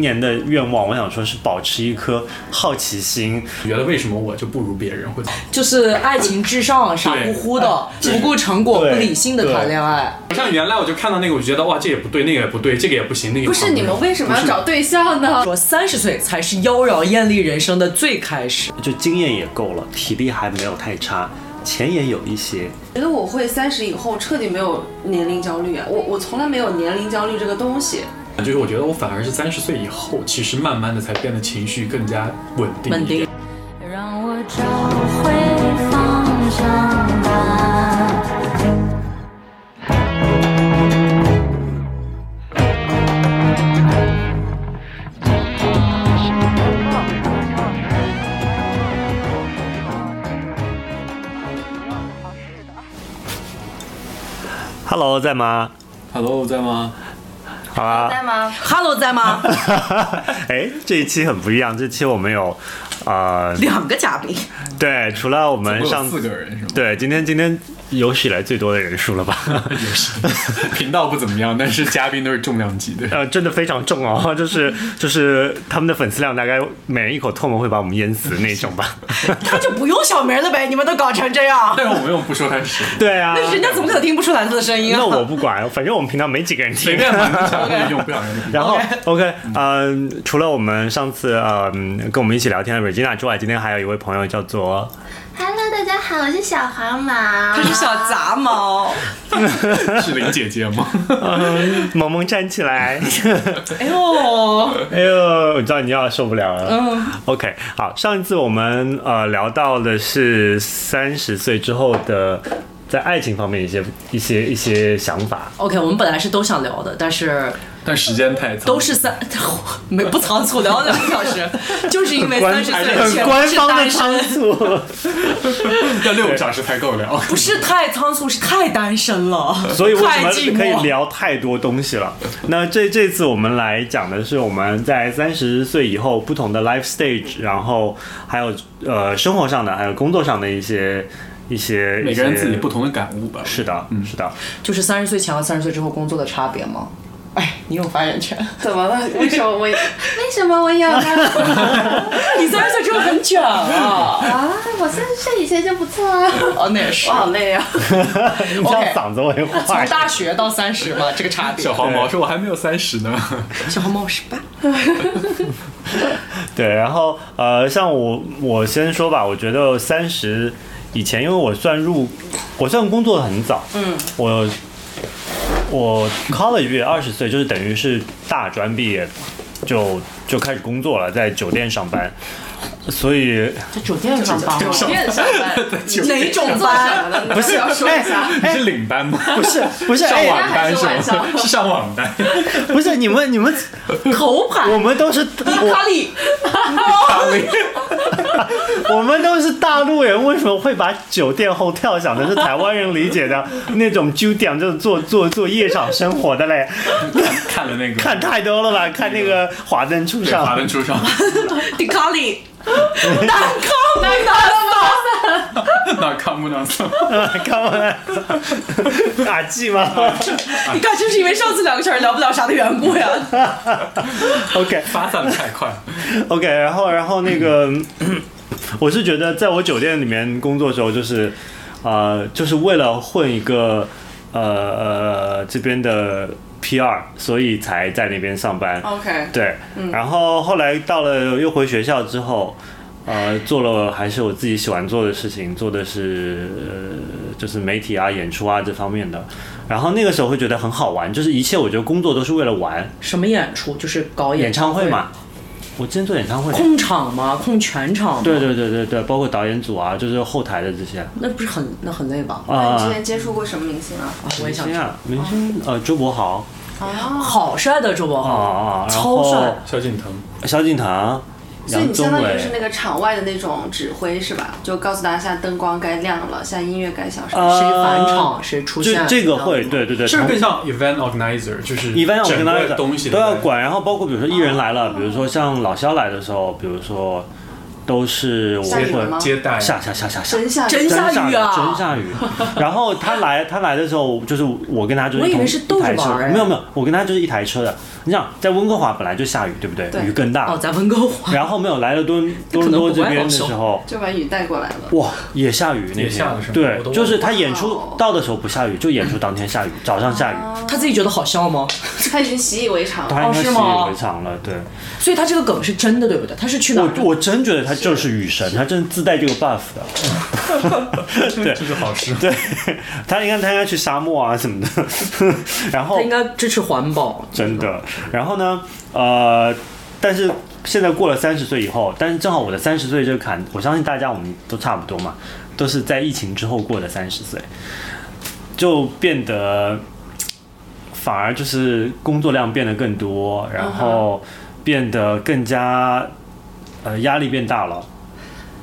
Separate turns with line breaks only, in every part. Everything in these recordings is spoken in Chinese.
年的愿望，我想说是保持一颗好奇心。
觉得为什么我就不如别人会？
就是爱情至上，傻乎乎的，不顾成果，
对
不理性的谈恋爱。
像原来我就看到那个，我就觉得哇，这也不对，那个也不对，这个也不啊行，那个也
不是你们为什么要找对象呢？
说三十岁才是妖娆艳丽人生的最开始。
就经验也够了，体力还没有太差，钱也有一些。
觉得我会三十以后彻底没有年龄焦虑啊，我我从来没有年龄焦虑这个东西。
就是我觉得我反而是三十岁以后，其实慢慢的才变得情绪更加稳定一
稳定
点。
让我找回方向吧。
Hello，在 吗？
Hello，在吗？
好啦，
在吗？
Hello，在吗？
哎，这一期很不一样，这期我们有，呃，
两个嘉宾，
对，除了我们
我
上
有四个人是吗？
对，今天今天有史以来最多的人数了吧？
频道不怎么样，但是嘉宾都是重量级的。
呃， 真的非常重哦，就是就是他们的粉丝量大概每人一口唾沫会把我们淹死的那种 吧？
他就不用小名了呗？你们都搞成这样，
但是我们又不说他是谁，
对啊，
人家怎么可能听不出来他的声音啊？
那我不管，反正我们频道没几个人听
随。便吧，你想用就用，不想用就不用。
然后 OK，嗯、除了我们上次嗯、跟我们一起聊天的 Regina 之外，今天还有一位朋友叫 做
Hello，大家好，我是小黄毛
他。是小杂毛。
是林姐姐吗？
萌萌站起 来。
哎呦，
哎呦，我知道你要受不了了。嗯，OK，好，上一次我们呃聊到的是三十岁之后的在爱情方面一些一些一些想法。
OK，我们本来是都想聊的，但是
但时间太长
都是三， 没不仓促聊了两个 小时，就是因为哎三十岁
哎很
前
官
是
方的
单
仓
身，
促，
要六个小时才够聊。
不是太仓促，是太单身了，
所以为
太
什
寂
么可以
寞。
聊太多东西了？那这这次我们来讲的是我们在三十岁以后不同的 life stage，然后还有呃生活上的，还有工作上的一些一些
每个人自己不
同。
同的感悟吧。
是的，嗯，是的，
就是三十岁前和三十岁之后工作的差别吗？哎，你有发言权。
怎么了？为什么我
为什么我有呢？
你三十岁之后很卷啊！
啊，我三十岁以前就不错啊。
哦，那也是
我。好累 啊？
你这样嗓子我也
从
坏了。
大学到三十嘛，这个差别。
小黄毛说：“我还没有三十呢。
小黄猫十八，
对，然后呃，像我我先说吧，我觉得三十以前，因为我算入，我算工作的很早，嗯，我我 college 毕业二十岁，就是等于是大专毕业就就开始工作了，在酒店上班，所以
在酒店上班吗？
酒店上 班，
哪种班？
你不是要说一下？
你是领班吗？不是，
不 是
上
哎，
网班
还是晚
吗？ 是上网班。
不是你们你们
口
我
牌。
们都是
哈利，
我我们都是大陆人，为什么会把酒店 hotel 想的是台湾人理解的那种酒店，就是做做做夜场生活的嘞？
看了那个，
看太多了吧？看那个《华灯初
对《
上
华》灯初上》，
迪卡里，南康，南康。
那看不能算。
看完了打气吗
你看，就是因为上次两个小时聊不了啥的缘故呀。
？OK
发散的太快了。
OK，然后然后那个， 我是觉得在我酒店里面工作的时候，就是呃，就是为了混一个呃呃这边的 PR，所以才在那边上班。
OK，
对，然后后来到了又回学校之后，呃，做了还是我自己喜欢做的事情，做的是、呃、就是媒体啊、演出啊这方面的。然后那个时候会觉得很好玩，就是一切我觉得工作都是为了玩。
什么演出？就是搞
演唱
会
会，嘛，我之前做演唱会，
控场吗？控全场吗？
对，对对对对，包括导演组啊，就是后台的这些
那不是很那很累吧？
那
啊
你之。前哦接触过什么明星啊？
啊，我也
明
想
星
知道。
啊，明星呃，周柏豪
啊哦
好帅的周柏
啊
豪，
啊，然
超帅
后
萧敬腾，
萧敬腾、
所
杨
以你
宗
相当于
纬
是那个场外的那种指挥是吧？就告诉大家现在灯光该亮了，现在音乐该小声。
啊
谁返场谁出
这
现？
这个会，
哦
嗯
对对对，
这个
同
更像 event organizer，就是
一般我
整
跟
个
他
东西
都要
的
管，然后包括比如说艺人来
哦
了，比如说像老肖来的时候，比如说都是我
下雨了吗
会
接待。
下下下下下。
真下
真下雨啊
真下 雨。然后他来，他来的时候，就是我跟他就是
我以为
同
是逗着
一台车
玩儿哎
没有没有，我跟他就是一台车的。你想在温哥华本来就下雨，对不对？
对
雨更大。
哦，在温哥华，
然后没有来了多伦多
可
伦多
能国
这
外
边
好
的时
受
候，
就把雨带过来了。
哇，也下雨那
也
天，
下了是吗我都
对，
忘
就是他
了
演出
哇哦
到的时候不下雨，就演出当天下 雨，早上下雨，
他自己觉得好笑吗？
他已经习以为常了。
他应该
哦是
习
吗
以为常了。对，
所以他这个梗是真的，对不对？他是去哪儿
我我真觉得他就是雨神，他真自带这个 buff 的。
这是好事。
对， 他应该他应该去沙漠啊什么的， 然后
他应该支持环保。
真的。然后呢，呃，但是现在过了三十岁以后，但是正好我的三十岁这个坎，我相信大家我们都差不多嘛，都是在疫情之后过的三十岁，就变得反而就是工作量变得更多，然后变得更加呃压力变大了。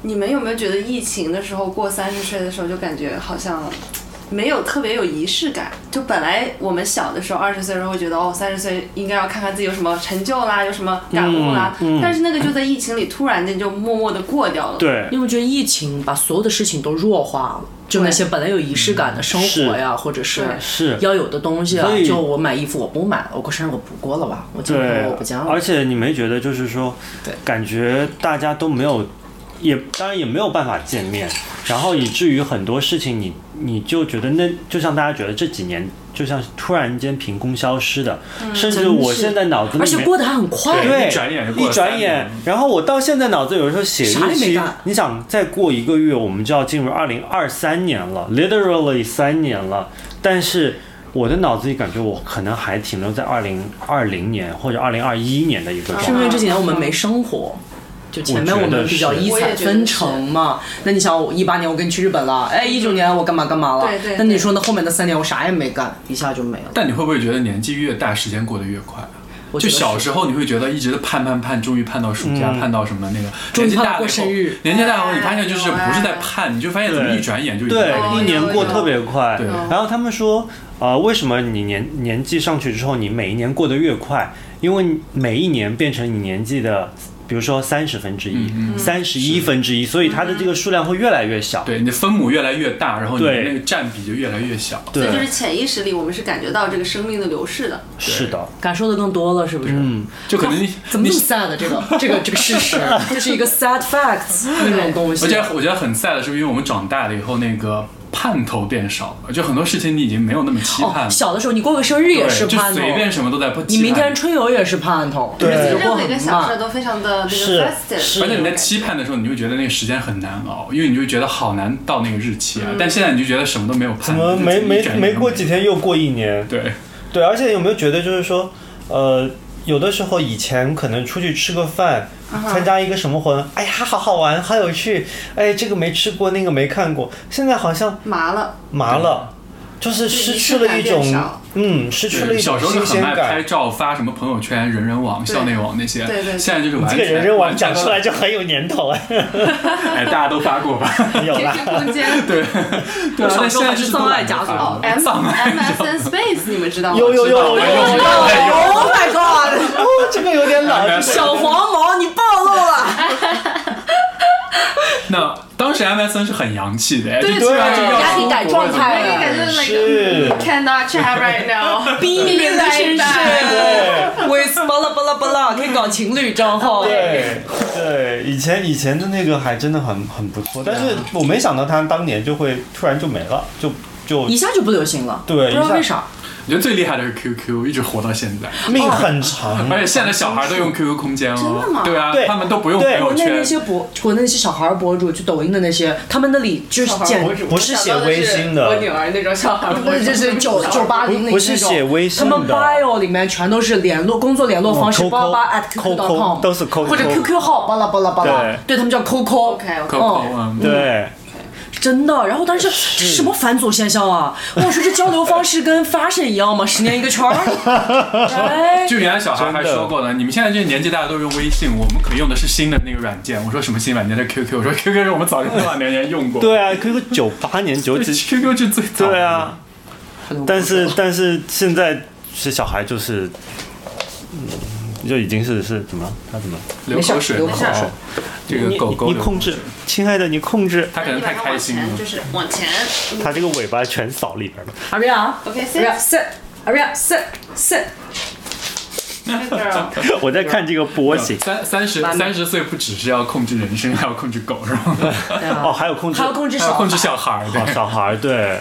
你们有没有觉得疫情的时候过三十岁的时候，就感觉好像没有特别有仪式感？就本来我们小的时候，二十岁的时候会觉得哦，三十岁应该要看看自己有什么成就啦，有什么感悟啦。
嗯嗯
但是那个就在疫情里突然间就默默的过掉了。，
对
因为我觉得疫情把所有的事情都弱化了，就那些本来有仪式感的生活呀，或者是
对
嗯是
要有的东西啊
所，以
就我买衣服我不买了，我过生日我不过了吧，我结婚
对
我不结，
而
了。
且你没觉得就是说，
对
感觉大家都没有，也当然也没有办法见面，然后以至于很多事情你你就觉得那就像大家觉得这几年就像突然间凭空消失的，甚至
嗯真
我
是
现在脑子里
而
面
且过得还很快，
对，
一转眼就过
一
了
转
三
眼
年，
然后我到现在脑子有时候写
啥
日
也没
期
干，
你想再过一个月，我们就要进入二零二三年了，literally 三年了，但是。我的脑子里感觉我可能还停留在二零二零年或者二零二一年的一个状
是因
态，
为这几
嗯
年我们没生活。就前面
我觉
我
得
们比较
是
一彩纷呈嘛，那你想，我一八年我跟你去日本了，哎，一九年我干嘛干嘛了，
对对
那你
对
说那后面那三年我啥也没干，一下就没了。
但你会不会觉得年纪越大，时间过得越快啊？
我觉
就
得
小
是
时候你会觉得一直盼盼盼，终于盼到暑假，盼到什么那个。
终于
年纪
盼到
大了
过
以后
生日
年纪大了以后，你发现就是
哎
不是在盼，你就发现怎么
对
一转眼就已经
对
到了
一年过特别快
对。
然后他们说，呃，为什么你年年纪上去之后，你每一年过得越快？因为每一年变成你年纪的，比如说三十分之
嗯
一、三十一分之一，所以它的这个数量会越来越小。
对，你的分母越来越大，然后你的
对
那个占比就越来越小。
所
对
以就是潜意识里我们是感觉到这个生命的流逝的。
是的，
感受的更多了，是不是？嗯，
就可能你
怎么
你
这么 sad 啊的这 个这个这个事实，这是一个 sad facts 那种东西。哦
而且
啊
我觉得很 sad 的是，因为我们长大了以后，那个盼头变少了，就很多事情你已经没有那么期盼
哦，
了。
小的时候你过个生日也
对，
是
就
盼头，
随便什么都在期盼。
你明天春游也是盼头，
对
日子就
任
过
何一个
很
小事
慢。
都非常的那
哎
个
是
festive，
是
而且哎你在期盼的时候，你就觉得那个时间很难熬，因为你就觉得好难到那个日期啊。但现在你就觉得什么都没有盼，
怎么嗯
就
没
一
没
转眼
没过几天又过一年？
对，
对，而且有没有觉得就是说，呃，有的时候以前可能出去吃个饭，参加一个什么活动，哎呀，好好玩，好有趣，哎，这个没吃过，那个没看过，现在好像
麻了，
麻了，就是失去了一种
对仪式感变少，
嗯，失去了
对
一
小
种
时候就
新鲜
很爱拍
感。
照、发什么朋友圈、人人网、校内网那些，
对对对
现在就是完
这
全
个人人网
完全
讲出来，就很有年头 哎，
哎，大家都发过吧？
有啊啦。
QQ 空间
对，对
我
啊，
小
但
时候
现在
还是
就是
葬
都
爱
懒
甲
得
子
发
哦
了。
，M MSN Space 你们知道吗？
有有有有有
知
有，
道哎呦
Oh my god！
哦，这个有点老，就是
小黄毛，你暴露了。
那当时 MSN 是很洋气的，哎
对
就基本上就要
压力感状态
我也感觉那
是
个 cannot chat right now，
冰冰的绅 士
对
，with 巴拉巴拉巴拉，可以搞情侣账号。
对对，以前以前的那个还真的很很不错，但是我没想到他当年就会突然就没了，就就
一下就不流行了，
对
不知道
一下
为啥。
我觉得最厉害的是 QQ，一直活到现在，
命很 长。
而且现在的小孩都用 QQ 空间
真的
哦
吗，
对啊
对，
他们都不用朋
对
友
国内那
圈，
些博，国内那些小孩儿博主，就抖音的那些，他们那里就是简
博主不是写微信的
我女儿那种小孩，
不是，就是九九八零零
不是写微信的哦
他们 bio 里面全都是联络工作联络方式，
嗯
巴拉巴 at
QQ
qq.com
都是 QQ
或者 QQ 号，巴拉巴拉巴拉
对，
对他们叫 QQ。
OK，OK
，QQ
嗯，
啊，
对，
真的。然后当时这什么返祖现象啊？我说这交流方式跟 fashion 一样吗？十年一个圈 儿？哎，
就原来小孩还说过呢，你们现在这个年纪大家都用微信，我们可用的是新的那个软件。我说什么新软件？是 QQ。我说 QQ 是我们早就多少年前用 过。
对啊，QQ 九八年九
对
几，
，QQ 是最早。
对，啊， 但是但是现在是小孩就是，嗯，就已经是是怎么了他怎么了
流口水，
没事流口水
哦这个
你
狗狗
你
流口
控制，亲爱的你控制，
他可能太开心了
就。是往前。嗯
他这个尾巴全扫里边了。
阿瑞啊
OK，
阿瑞啊，sit，阿瑞啊，sit，sit。
girl，
我在看这个波形
三三十
完美
三十岁不只是要控制人生，还要控制狗，是吗？
对
哦，
啊，
还有控制
还要控制
还要
小
控制
孩。
小孩儿，对
哦，小孩儿对，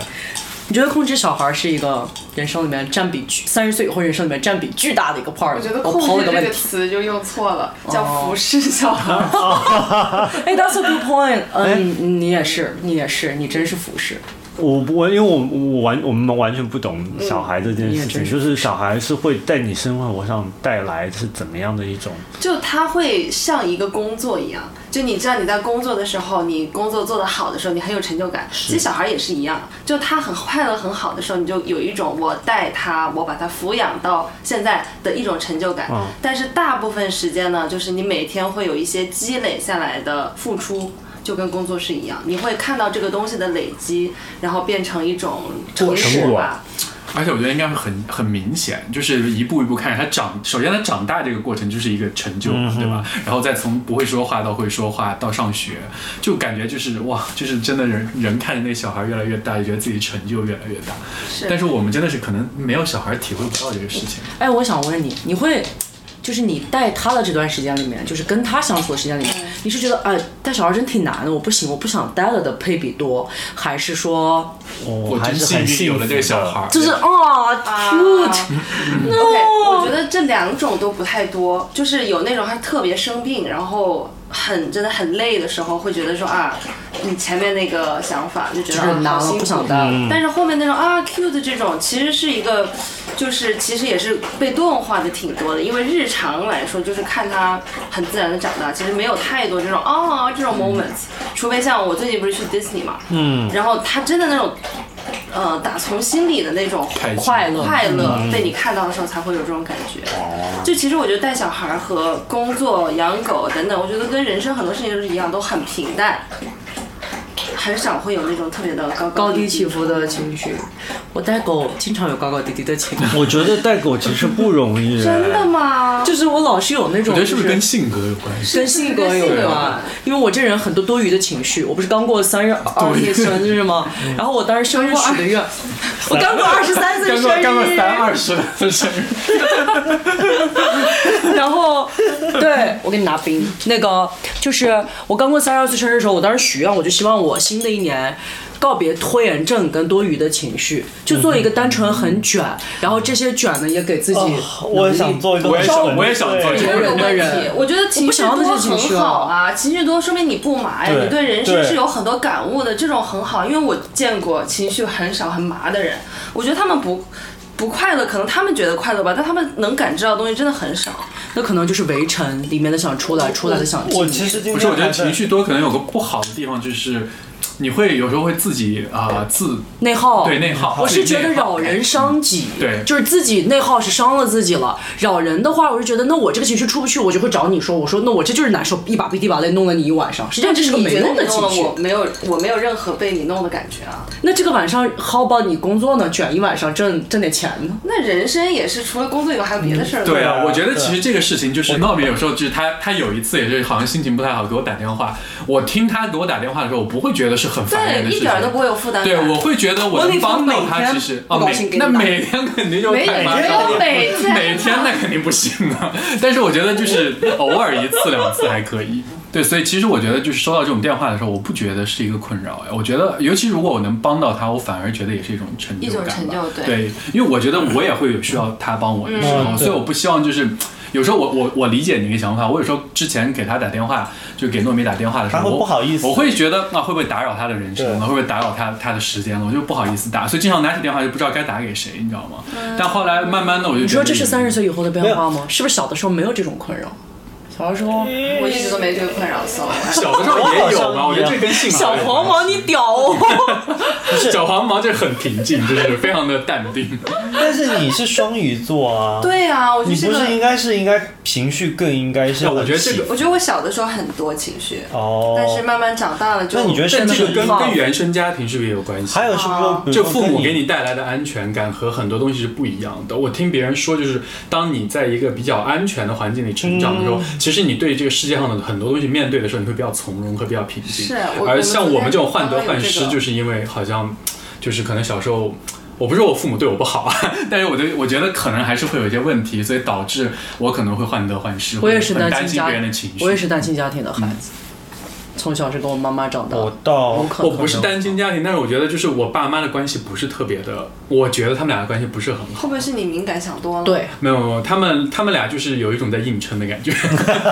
你觉得控制小孩是一个人生里面占比巨三十岁以后人生里面占比巨大的一个 part？
我觉得
我
“控
抛了
制”
个
这
问
个
题。
词就用错了，叫服侍小孩儿。
哎，That's a good point。
哎
嗯，你也是，你也是，你真是俯视。
我不我因为我我完我们完全不懂小孩这件事
嗯你也真
情，
是
就是小孩是会在你生活上带来是怎么样的一种
就它会像一个工作一样，就你知道你在工作的时候，你工作做得好的时候，你很有成就感。其实小孩也是一样，就他很快乐很好的时候，你就有一种我带他，我把他抚养到现在的一种成就感。
嗯
但是大部分时间呢，就是你每天会有一些积累下来的付出。就跟工作是一样，你会看到这个东西的累积，然后变成一种成
成
实
果
吧。
而且我觉得应该会很很明显，就是一步一步看着他长，首先他长大这个过程就是一个成就，对吧？然后再从不会说话到会说话到上学，就感觉就是哇，就是真的人人看着那小孩越来越大，就觉得自己成就越来越大。
是
但是我们真的是可能没有小孩体会不到这个事情。
哎，我想问你，你会就是你带他的这段时间里面，就是跟他相处的时间里面，
嗯
你是觉得哎带小孩真挺难的，我不行，我不想带了的配比多，还是说
我
我
还
真
是
幸
很
运
幸
有
福
了
的
这个小孩儿，
就是
嗯
啊 cute？哦
OK，我觉得这两种都不太多，就是有那种他特别生病，然后很真的很累的时候，会觉得说啊，你前面那个想法就觉
就
得
是
啊
难
好
了，
辛
不想
苦。
带了。
但是后面那种啊 Q 的这种，其实是一个，就是其实也是被钝化的挺多的，因为日常来说就是看他很自然的长大，其实没有太多这种啊这
嗯
种 moments，除非像我最近不是去 Disney 嘛，
嗯，
然后他真的那种，呃，打从心里的那种
开心嗯
快乐
快乐被你看到的时候才会有这种感觉。
哦
就其实我觉得带小孩儿和工作、养狗等等，我觉得跟人生很多事情都是一样，都很平淡，很少会有那种特别的高
高低
低
起伏的情绪，我带狗经常有高高低低的情 绪，
我觉得带狗其实不容易， 哎
真的吗？
就是我老是有那种，
我觉得是不
就是
跟性格有关系？
跟性格有
跟性格有
关
关，
因为我这人很多多余的情绪。我不是刚过三十二岁生日吗？然后我当时生日许的愿，我嗯刚过二十三岁
干过
生
干过三
日，
二十的生日，
然后对我给你拿冰。那个就是我刚过三十二岁生日的时候，我当时许愿，我就希望我新的一年。告别拖延症跟多余的情绪，就做一个单纯很卷，然后这些卷呢也给自己能力。
哦我也想做一个
我也
很
想我也想做
对
这
没
个
有
人的
问
人
题，我觉得情绪
我不想要
多
那些情绪
很
啊
好啊，情绪多说明你不麻呀，
对
你对人生
对
是有很多感悟的，这种很好。因为我见过情绪很少很麻的人，我觉得他们不不快乐，可能他们觉得快乐吧，但他们能感知到的东西真的很少。
那可能就是《围城》里面的想出来，出来的想进。
我其实今天
不是，我觉得
还在
情绪多可能有个不好的地方就是，你会有时候会自己啊、自
内耗，
对内耗
我是觉得
啊自己内耗
扰人伤己，
对
就是自己内耗是伤了自己了。扰人的话，我是觉得那我这个情绪出不去，我就会找你说，我说那我这就是难受，一把鼻涕一把泪弄了你一晚上，实际上这是个
你
没
觉得
用
你
的
弄
情
了
绪
我。没有，我没有任何被你弄的感觉啊。
那这个晚上，how about 你工作呢？卷一晚上挣挣点钱呢？
那人生也是除了工作以外还有别的事儿。
对啊，
啊
我觉得
对啊
其实这个事情就是闹米有时候就是他，他有一次也是好像心情不太好给我打电话，我听他给我打电话的时候，我不会觉得是很烦人
对，
啊的事情
一点。儿都不会有负担
对，
感。
我会觉得我能帮到
我
他，
那
其
你
实
放
哦，
每天不高
每
兴给你
那
打
每天肯定就
没
太麻
没
烦
有
了，
每天
每天那肯定不行 啊。但是我觉得就是偶尔一次两次还可以。对，所以其实我觉得就是收到这种电话的时候，我不觉得是一个困扰哎，我觉得尤其如果我能帮到他，我反而觉得也是一种成就
一种
感吧。
成就对
对，因为我觉得我也会有需要他帮我的时候，
嗯
所以我不希望就是。有时候我我我理解你的想法，我有时候之前给他打电话，就给糯米打电话的时候，
他会
我
不好意思
我会觉得啊会不会打扰他的人生啊
对
了，会不会打扰他他的时间了，我就不好意思打，所以经常拿起电话就不知道该打给谁，你知道吗？但后来慢慢的我就
你
觉
说
得
这是三十岁以后的变化
没
吗？是不是小的时候没有这种困扰？小的时候，
哎
我一直都没这个困扰，so
小的时候也有
我好像
嘛，我觉得这跟性格
小黄毛你屌 哦！
小黄毛就是很平静，就是非常的淡 定。
但是你是双鱼座啊，
对啊，我就
你不
个
是应该是应该情绪更应该是
对我觉得这个
很起
我觉得我小的时候很多情绪，
哦，
但是慢慢长大了就。
那你觉得是
但
不
这个
是
跟
放
跟原生家庭是不是也有关系？
还有是不是说比如
就
说
父母
嗯哦跟
给你带来的安全感和很多东西是不一样的。我听别人说，就是当你在一个比较安全的环境里成长的时候，其实你对这个世界上的很多东西面对的时候，你会比较从容和比较平静。
是我
而像我们这种
我们
患
昨天
得患失，
刚刚有这个
就是因为好像就是可能小时候。我不是说我父母对我不好啊， 但是我对我觉得可能还是会有一些问题，所以导致我可能会患得患失，
我也是
会很担
单亲
心
家
别人的情绪。嗯
我也是单亲家庭的孩子，从小是跟我妈妈长大。
我到
我可
我
能
不是单亲家庭，但是我觉得就是我爸妈的关系不是特别的，我觉得他们俩的关系不是很好。
会不会是你敏感想多了？，
对，
没有没有，没有他们他们俩就是有一种在硬撑的 感觉，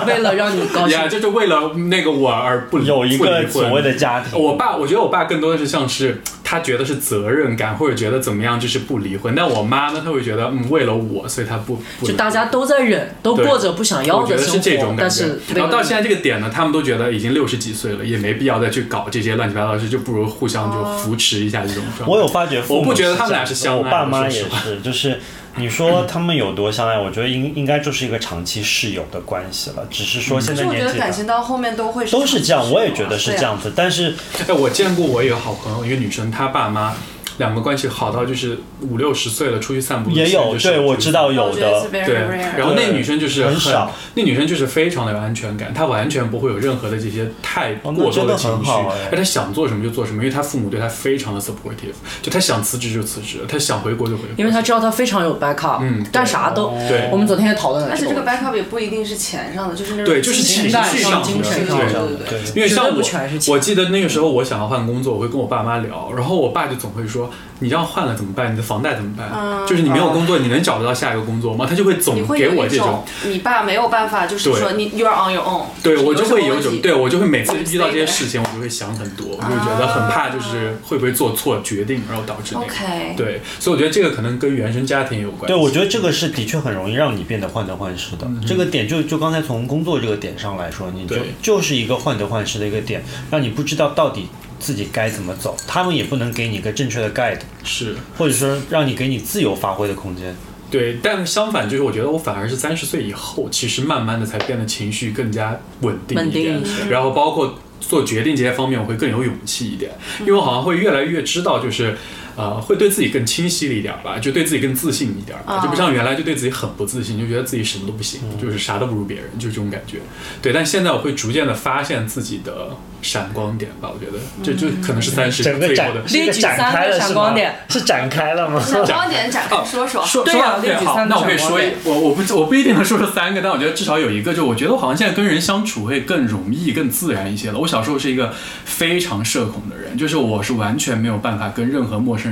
为了让你 高兴
呀，，就是为了那个我而不离
有一
不离
个
婚
所谓的家庭，
呃我爸，我觉得我爸更多的是像是他觉得是责任感，或者觉得怎么样就是不离婚。但我妈呢，她会觉得嗯，为了我，所以她不不
就
离
大家都在忍，都
对
过着不想要
我觉
的
得
生
是这种感
活，但
觉
是。为
然后到
了
现在这个点呢，他们都觉得已经六十几岁了，也没必要再去搞这些乱七八糟的事，就不如互相就
哦
扶持一下这种状态。
我有发觉父母
我不觉得他们俩
是
是
这样
相
的
爱的
我爸妈也
说实嗯
是，就是你说他们有多相爱，我觉得应应该就是一个长期室友的关系了，只是说
嗯
现在
就我觉
年
得
纪
感
大。
情到后面都会
都是这样，我也觉得是
对啊
这样子，但是
哎，我见过我一个好朋友，一个女生，她爸妈两个关系好到就是五六十岁了，出去散步
也有，对我知。道有
我觉得
的
是，very
对，
rare
然后那女生就是
很少
那女生就是非常的有安全感，她完全不会有任何的这些太
哦那
过
真
多
的
情
很
绪，
好哎
而她想做什么就做什么，因为她父母对她非常的 supportive，就她想辞职就辞职，她想回国就回国，
因为他知道他非常有 backup，
嗯对
但啥都，
对
我们昨天也讨论了
而且这
个
个
问题，
backup 也不一定是钱上的，就是那种
对就是
情
情
感
绪
上
上
精
的
神上
对
的
对对
因为像
绝对
我
不全是，钱
我记得那个时候我想要换工作，我会跟我爸妈聊，然后我爸就总会说，你要换了怎么办？你的房贷怎么办？就是你没有工作，你能找得到下一个工作吗？他就会总
你会
给
有
我
一
这种
种，你爸没有办法，就是说
对
你 you're on your own，
对
是
我就会有一
什么
种，
问题
对我就会每次遇到这些事情，我就会想很多，我就觉得很怕，就是会不会做错决定，然后导致那个。
啊 OK，
对，所以我觉得这个可能跟原生家庭有关系。嗯
对我觉得这个是的确很容易让你变得患得患失的。这个点就就刚才从工作这个点上来说，你就
对
就是一个患得患失的一个点，让你不知道到底自己该怎么走，他们也不能给你一个正确的 guide，
是
或者说让你给你自由发挥的空间。
对，但相反就是我觉得我反而是三十岁以后，其实慢慢的才变得情绪更加稳定一点
稳定一，
然后包括做决定这些方面，我会更有勇气一点，
嗯
因为我好像会越来越知道就是。呃，会对自己更清晰了一点吧，就对自己更自信一点吧，
啊
就不像原来就对自己很不自信，就觉得自己什么都不
嗯
行，就是啥都不如别人，就这种感觉。对，但现在我会逐渐的发现自己的闪光点吧，我觉得这就可
嗯
能是三十岁
整
以
个
后
展
的
是一个
列举
展
三个
开了
闪
是
光
吗
点？
是展开了吗？
闪光点展开说说，
哦说
对
说
啊
到对
列举
好，
三个
那我可以
闪光
说一
点，
我我不我不一定能说出三个，但我觉得至少有一个，就我觉得我好像现在跟人相处会更容易、更自然一些了。我小时候是一个非常社恐的人，就是我是完全没有办法跟任何陌生人。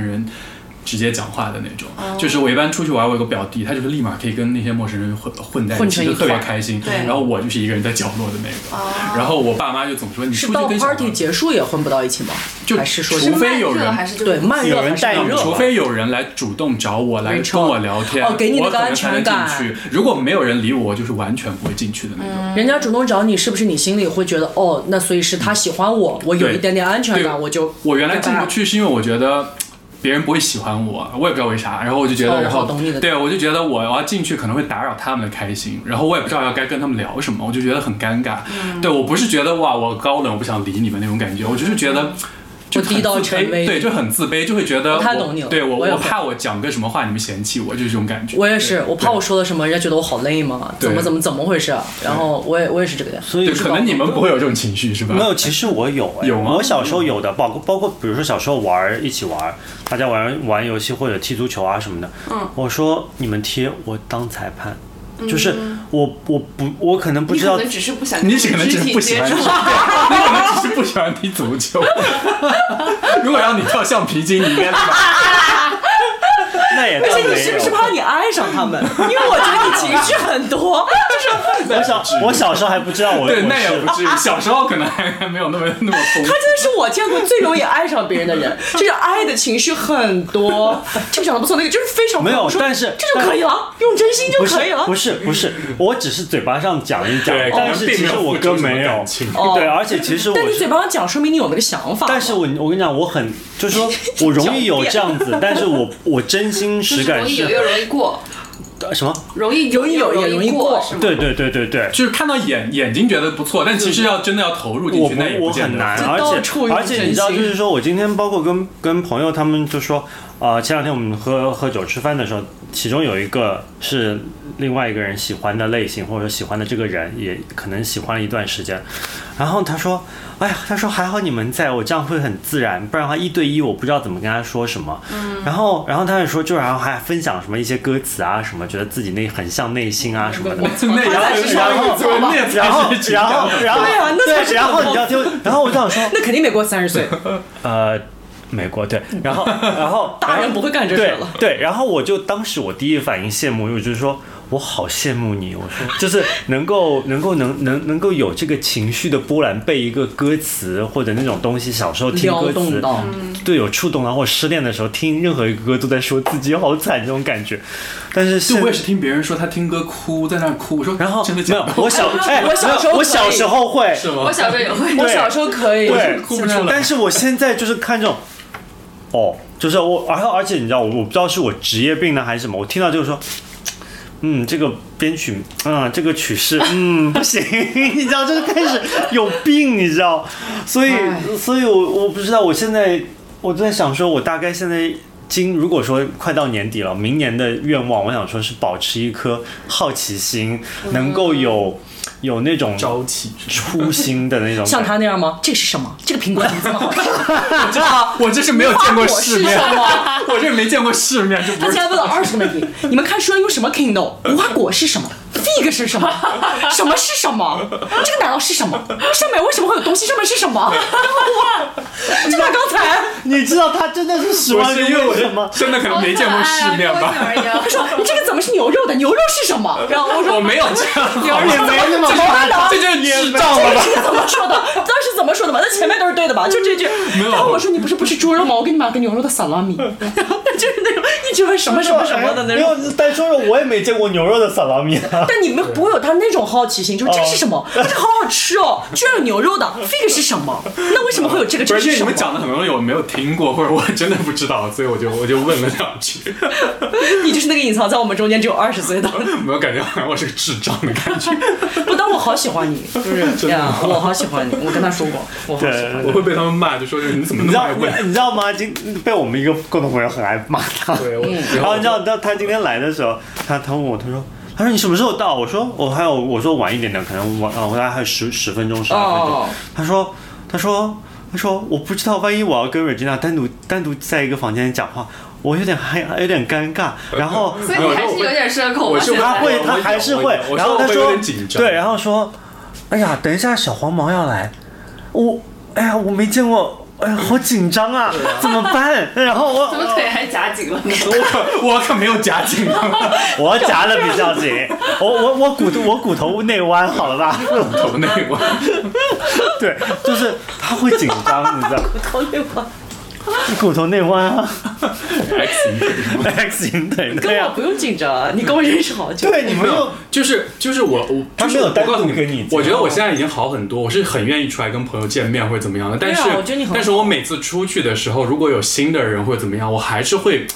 直接讲话的那种
哦
就是我一般出去玩，我有个表弟，他就是立马可以跟那些陌生人混混在
混
一起，
成
就
一
特别
团
开心。
对
然后我就是一个人在角落的那个。然后我爸妈就总说你出
哦是
去
到
跟小孩
party 结束也混不到一起吗？
就
还是说
除非有人
慢热还是就是
对慢热
有人
还是
带
慢
入
热？
除非有人来主动找我来
Reach
跟
out
我聊天，
哦给你那
我
个
可能
安
才
全
能进
感
去。如果没有人理我，我就是完全不会进去的那种。
人家主动找你，是不是你心里会觉得哦，那所以是他喜欢我，我有
对
一点点安全
对
感，我就
我原来进不去是因为我觉得。别人不会喜欢我，我也不知道为啥。然后我就觉得，
哦
然后
我懂你的
对我就觉得我我要进去可能会打扰他们的开心，然后我也不知道要该跟他们聊什么，我就觉得很尴尬。
嗯
对我不是觉得哇我高冷，我不想理你们那种感觉，我就是觉得就
嗯我低到
很自卑
权威
对，就很自卑，就会觉得
我太
我
懂你了
对我
我也
我
会
怕我讲个什么话你们嫌弃我，就是这种感觉。
我也是，我怕
对
我说了什么，人家觉得我好累嘛，
对
怎么怎么怎么回事？啊然后我也我也是这个样，
所以
对，可能你们不会有这种情绪是吧？
没有，其实我有、哎，
有吗
我小时候有的，包括包括比如说小时候玩儿一起玩儿，大家玩儿玩游戏或者踢足球啊什么的，嗯，我说你们踢，我当裁判。就是我，我不，我可能不
你
知
可
道
能只是不想，
嗯你可能只是不喜欢，
接
你
触。啊
可能只是不喜欢踢足球。如果让你跳橡皮筋，你应该立马
那也倒
而
没
且
有。
你是不是怕你爱上他 们？因为我觉得你情绪很多，就是
我小我小时候还不知道我
对，
我
那也
是
不至于。小时候可能还还没有那么那么疯
他。真的是我见过最容易爱上别人 的人，就是爱的情绪很多，这个长得不错，那个就是非常不错
没有
我说
但是
这就可以了，用真心就
不是
哦可以了
不。是不是，我只是嘴巴上讲一讲
对，
但是其实我哥没
可能并没有
有
付出什么，
感情
对，而且其实我
哦但你
是
嘴巴上讲，说明你有那个想法嘛。
但是我我跟你讲，我很就是 说我容易有这样子，但是我我真心实感
容易有
是
又容易过，
呃什么？
容易
容易有也容易过
过，是吗？
对对对对对。
就是看到眼眼睛觉得不错，但其实要真的要投入进
我
去，那也
我
不见
很
得
难，
就
而
到处
且
用
而且你知道，就
真心
是说我今天包括跟跟朋友他们就说，啊，前两天我们喝喝酒吃饭的时候，其中有一个是另外一个人喜欢的类型，或者说喜欢的这个人，也可能喜欢了一段时间，然后他说：“哎呀，他说还好你们在，我这样会很自然，不然的话一对一我不知道怎么跟他说什么。”然后，然后他也说，就然后还分享什么一些歌词啊，什么觉得自己内很像内心啊什么的。
那然后然后
然后，然后，然后，
对啊那才
对，
是
然后你知道就，然后我就想说，
那肯定得过三十岁，
呃，美国对，然后，然后
大人不会干这事
对
了。
对，然后我就当时我第一反应羡慕，因为我就是说我好羡慕你，我说就是能够能够能能能够有这个情绪的波澜，被一个歌词或者那种东西，小时候听歌
撩动
词
到，
对有触动，然后我失恋的时候听任何一个歌都在说自己好惨这种感觉，但是
就
现
我也是听别人说他听歌哭，在那儿哭，我说
然后
真的
没
假
有
的？，
我小哎，
我小
没有
时候
我
可
小
以
时候会
是吗？
我小时候也会，
对
我小时候可以，
对
哭不出来
但是我现在就是看这种，哦，就是我，然后而且你知道，我我不知道是我职业病呢还是什么，我听到就是说，嗯，这个编曲，嗯，这个曲式，嗯，不行， 你知道，就是开始有病，你知道，所以，
哎
所以我我不知道，我现在我在想说，我大概现在。今如果说快到年底了，明年的愿望，我想说是保持一颗好奇心，能够
嗯
有有那种
朝气是吧
初心的那种感觉，
像他那样吗？这是什么？这个苹果怎么这么好 看？我知道，
我这是没有见过世面
花果是什 么，
我这没见过世面，这
他
不
竟
是
然问了二十个问题，你们看书用什么 Kindle？无花果是什么？fig 是什么？什么是什么？这个难道是什么？上面为什么会有东西？上面是 什么？哇！就他刚才，
你知道他真的是十
我
万
是
个
因为我
为
是
什么？
真的可能 没见过世面
好可
吧？
爱啊
他说你这个怎么是牛肉的？牛肉是什么？然后我说
我没有这样，
也没那么夸张，
这就是智障了吧？
这个怎么说的？当时怎么说的嘛？那前面都是对的吧？就这句。
没有
然后我说你不是不吃猪肉吗？我给你买个牛肉的萨拉米，就是那种一直问什么什么什么的那
没
种。
有，但说说我也没见过牛肉的萨拉米啊。
但你们不会有他那种好奇心，
哦
就是这个是什么？这个好好吃哦，居然有牛肉的，这个是什么？那为什么会有这个？这
不
个
是因
是
为你
什么
们？讲的很多东西我没有听过，或者我真的不知道，所以我就我就问了两句，
你就是那个隐藏在我们中间只有二十 岁的。
没有感觉好像我是个智障的感觉，
不，但我好喜欢你，就是呀，我好喜欢你。我跟他说过，我好喜欢
我会被他们骂，就说你怎么
你知
那么
道
爱
你
问？
你知道吗？今被我们一个共同朋友很爱骂他。
对，
嗯
我
然
然
后
后
你知道，他他今天来的时候，他他问我，他说。他说你什么时候到？我说我还有，我说晚一点点，可能晚啊，我大概还有十十分钟、十二分钟
哦。
他说，他说，他说我不知道，万一我要跟 Regina 单独单独在一个房间讲话，我有点害，有点尴尬。然后
所以你还是有点社恐
我
吧？
是
现
他
在
会，
我
他还是
我
会
我。
然后他
我有
说
点紧，张
对，然后说，哎呀，等一下，小黄毛要来，我，哎呀，我没见过，哎呀，好紧张啊，怎么办？然后
怎
我
么腿还夹紧了呢？
我可我可没有夹紧，
我夹的比较紧，我我我骨头我骨头内弯，好了吧？
头内弯。
对，就是他会紧张，你知道，
你。考虑 我，
骨头内弯啊
X
，X 型腿，对
跟我
呀，
不用紧张，你跟我认识好久。
对，你
没
们
有
又，哎
就是就是我我
他
就是
没有
我
单独
告诉你
跟你啊
我觉得我现在已经好很多，我是很愿意出来跟朋友见面或者怎么样的，但是、
啊我觉得你很好
但是我每次出去的时候，如果有新的人或者怎么样，我还是会。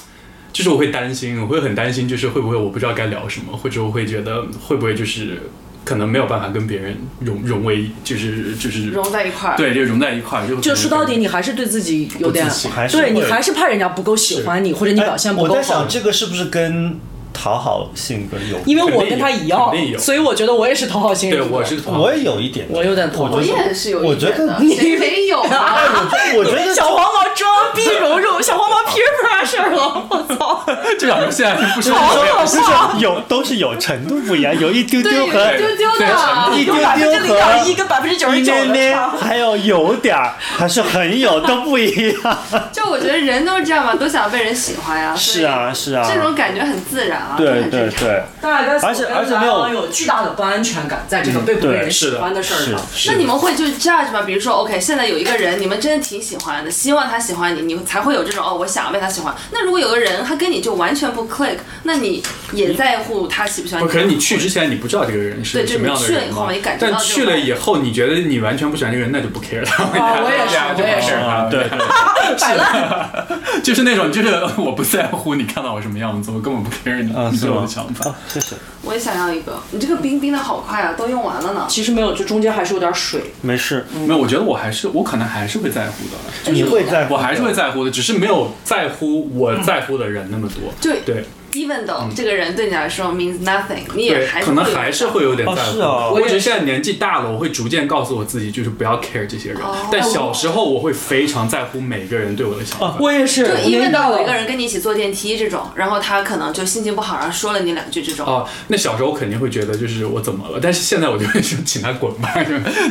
就是我会担心，我会很担心，就是会不会我不知道该聊什么，或者我会觉得会不会就是可能没有办法跟别人融融为就是就是
融在一块儿。
对就融在一块儿，就
就说到底，你还是对自己有点
不自信，
还是
对你
会
还是怕人家不够喜欢你，或者你
哎
表现不
我
够
在
好
想。这个是不是跟讨好性格有关？
因为我跟他一样
肯定，有
所以我觉得我也是讨好型
对
人格。
我是
我也有一点，
我有点讨好
我
我
觉
型。
得
也是有
我
一
觉
点
得
的，谁没有啊？
哎 我觉得
小黄毛装逼柔柔，小黄毛 peer pressure 了， 我操！
就想说现在是不是
好
没有
好
就是
笑。
有都是有程度不一样，有一丢丢和
对
丢丢
对
的，
一丢
有百分之零
丢
点一
和
跟百分之九十
一
九
咩
的
咩，
差。
还有有点儿，还是很有，都不一样。
就我觉得人都是这样嘛，都想被人喜欢呀。所以
是啊，是啊，
这种感觉很自然啊，就
对
很
对
正常。
对，
大家
而且而且没有嗯
有巨大的不安全感，在这个被不被
对
人喜欢的事儿上。
是
那你们会就 judge 吗？比如说，OK，现在有一个人，你们真的挺喜欢的，希望他喜欢你，你才会有这种哦，我想要被他喜欢。那如果有个人他跟你就完全不 click，那你也在乎他喜不喜欢
不
你？
是，可能你去之前你不知道这个人是
对
什么样的
就是你去
人
了以
嘛
后你感觉到
但
这个
去了以后，你觉得你完全不喜欢这个人，那就不 care 了。
哦
啊，我也是，我也是，
啊，对对，
摆烂。
就是那种，就是 我不在乎你看到我什么样子，我根本不 care 你,、
啊
你对
是吗
我的想法。
确实
我也想要一个。你这个冰冰的好快啊，都用完了呢。
其实没有，就中间还是有点水。
没事，
没有，我觉得我还是我可能还是会在乎的，
你会在乎
嗯
我还是会在乎的，只是没有在乎我在乎的人那么多。
对
对，嗯
even though 这个人对你来说 means nothing，你也
对
还，是
可能
会有
还是会有点
哦
在乎。
是哦
我
我也
只是现在年纪大了，我会逐渐告诉我自己，就是不要 care 这些人。
哦
但小时候我会非常在乎每个人对我的
哦
想法。
我也是，
就
我
因
明
为
白
到有一
了
个。人跟你一起坐电梯这种，然后他可能就心情不好，然后说了你两句这种。
哦，那小时候肯定会觉得就是我怎么了，但是现在我就会说请他滚吧，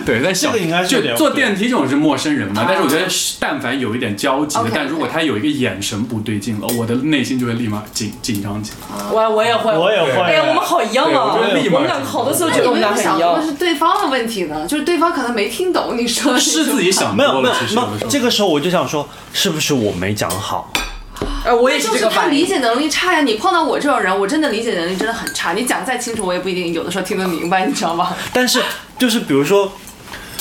对，但小
这个应该是
就
了解
坐电梯这种是陌生人嘛，但是我觉得是但凡有一点交集的
OK，
但如果他有一个眼神不对劲了，我的内心就会立马紧紧张起来。
我我也会，
我也会
哎呀，我们好一样啊！
对我觉得立马
我们俩考的时候觉得
那你
我
为
们
什
俩很
么想
一
说
样。
是对方的问题呢？就是对方可能没听懂你说的那句话
是自己想
没
多
有没
了，
有
其实
没
有的时
有，
候
这个时候我就想说，是不是我没讲好？
哎，我也是
就
这
是
个
他
反
理
应。
解能力差呀！你碰到我这种人，我真的理解能力真的很差。你讲再清楚，我也不一定有的时候听得明白，你知道吗？
但是就是比如说，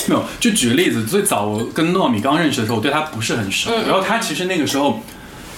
没有，就举个例子，最早我跟糯米刚认识的时候，我对他不是很熟。然后他其实那个时候，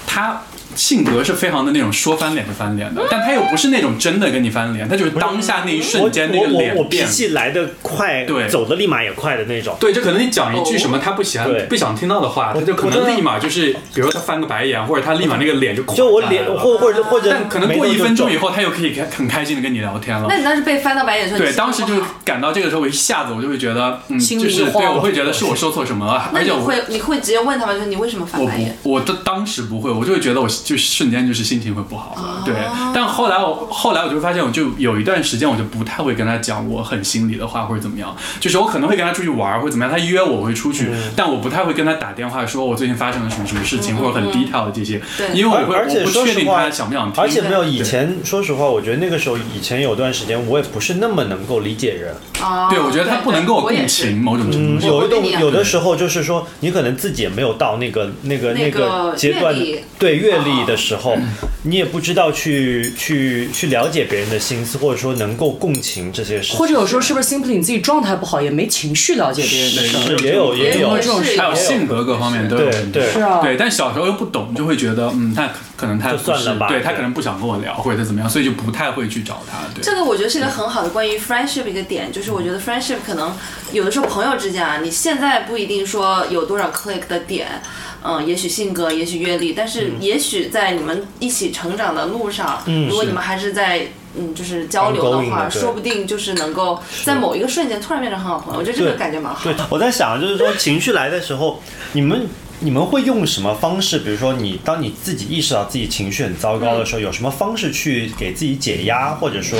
他性格是非常的那种说翻脸就翻脸的，但他又不是那种真的跟你翻脸，他就是当下那一
我
瞬间那
我
个
我我
脸
脾
变。
气来得快，
对
走的立马也快的那种。
对，就可能你讲一句什么他不喜欢、
哦对
不想听到的话，
我
他就可
我真
能
的
立马就是，比如他翻个白眼，或者他立马那个脸就垮
就我
下来
脸
了
或或者或者，
但可能过一分钟以，后，他又可以开很开心的跟你聊天了
那。你当时被翻到白眼说，
对，
你
当时
心情
就
不好
感到这个时候，我一下子我就会觉得，嗯，
心里
就是对，
慌了
我会觉得是我说错什么了，
那
而
你
且我
会你会直接问他们说你为什么翻
我
白眼？
不，我的当时不会，我就会觉得我就瞬间就是心情会不好
哦
了。对，但后来我后来我就发现，我就有一段时间我就不太会跟他讲我很心里的话或者怎么样，就是我可能会跟他出去玩儿或者怎么样，他约我会出去，
嗯
但我不太会跟他打电话说我最近发生了什么什么事情、或者很 detail 的这些，
对
因为我会
而而且
我不
说
确
实
定
话
他想不想听。
而且没有以
对
前，说实话，我觉得那个时候以前有段时间，我也不是那么能够理解人。
啊，
对，我觉得他不能跟
我
我共
也是
情，某种程度
嗯，
上。
有一
我跟你一
种
样
有的时候就是说，你可能自己也没有到那个那个
那个
个阶段
阅历，哦
对阅历的时候，你也不知道去去去了解别人的心思，或者说能够共情这些事情，
或者有时候是不是 simply 你自己状态不好，也没情绪了解别人的事儿？
是也有也有
有这种事
也
还有性格各方面都有
对
问题
对是
啊
对，但小时候又不懂，就会觉得，嗯，他可能他
就
不
算
是
了吧
对他
对
可能不想跟我聊，或者他怎么样，所以就不太会去找他。对，
这个我觉得是一个很好的关于 friendship 的一个点，就是我觉得 friendship 可能有的时候朋友之间啊，你现在不一定说有多少 click 的点，嗯，也许性格，也许阅历，但
嗯
是也许在你们一起成长的路上，如果你们还是在嗯就是交流的
嗯 Ongoing
话，
的对
说不定就是能够在某一个瞬间突然变成很好朋友，我觉得这个
对
感觉蛮好
对。，我在想，就是说情绪来的时候， 你们你们会用什么方式？比如说你，当你自己意识到自己情绪很糟糕的
嗯
时候，有什么方式去给自己解压，或者说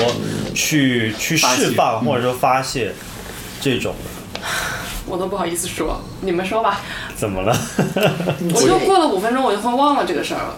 去去
发泄
释放，
嗯
或者说发泄这种？
我都不好意思说，你们说吧。
怎么 了？嗯
我就过了五分钟，我就会忘了这个事儿了。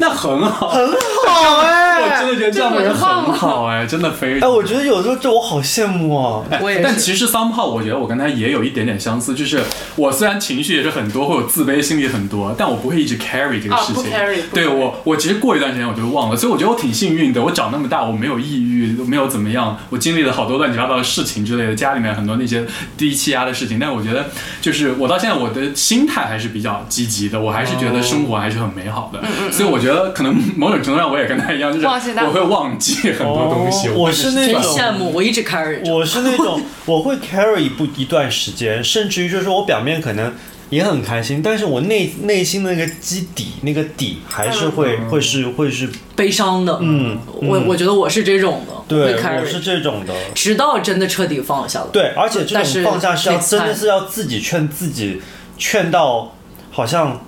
那很好，很
好哎
我真的觉得这样的人很好哎，真的非
哎，
常。
我觉得有时候这我好羡慕哦。
哎
我也是
但其实 somehow 我觉得我跟他也有一点点相似，就是我虽然情绪也是很多，会有自卑心理很多，但我不会一直 carry 这个
啊
事
不
情。
carry，不
对
carry
我，我其实过一段时间我就忘了，所以我觉得我挺幸运的，我长那么大我没有抑郁，没有怎么样，我经历了好多乱七八糟的事情之类的，家里面很多那些低气压的事情，但我觉得就是我到现在我的心态还是比较积极的，我还是
哦
觉得生活还是很美好的，所以我觉得可能某种程度上我也跟他一样，就是
嗯忘记他
我会忘记很多东西。
哦
我
我是那
真
种
羡慕，我一直 carry 着。
我是那 种我会 carry 不一段时间，甚至于就是说我表面可能也很开心，但是我内内心的那个基底那个底还是会、会是会是
悲伤的，
嗯
嗯我
嗯
我觉得我是这种的，
对，
会
我是
carry，
这种的。
直到真的彻底放下了。
对，而且这
但是
种放下是要
每次
真的是要自己劝自己，劝到好像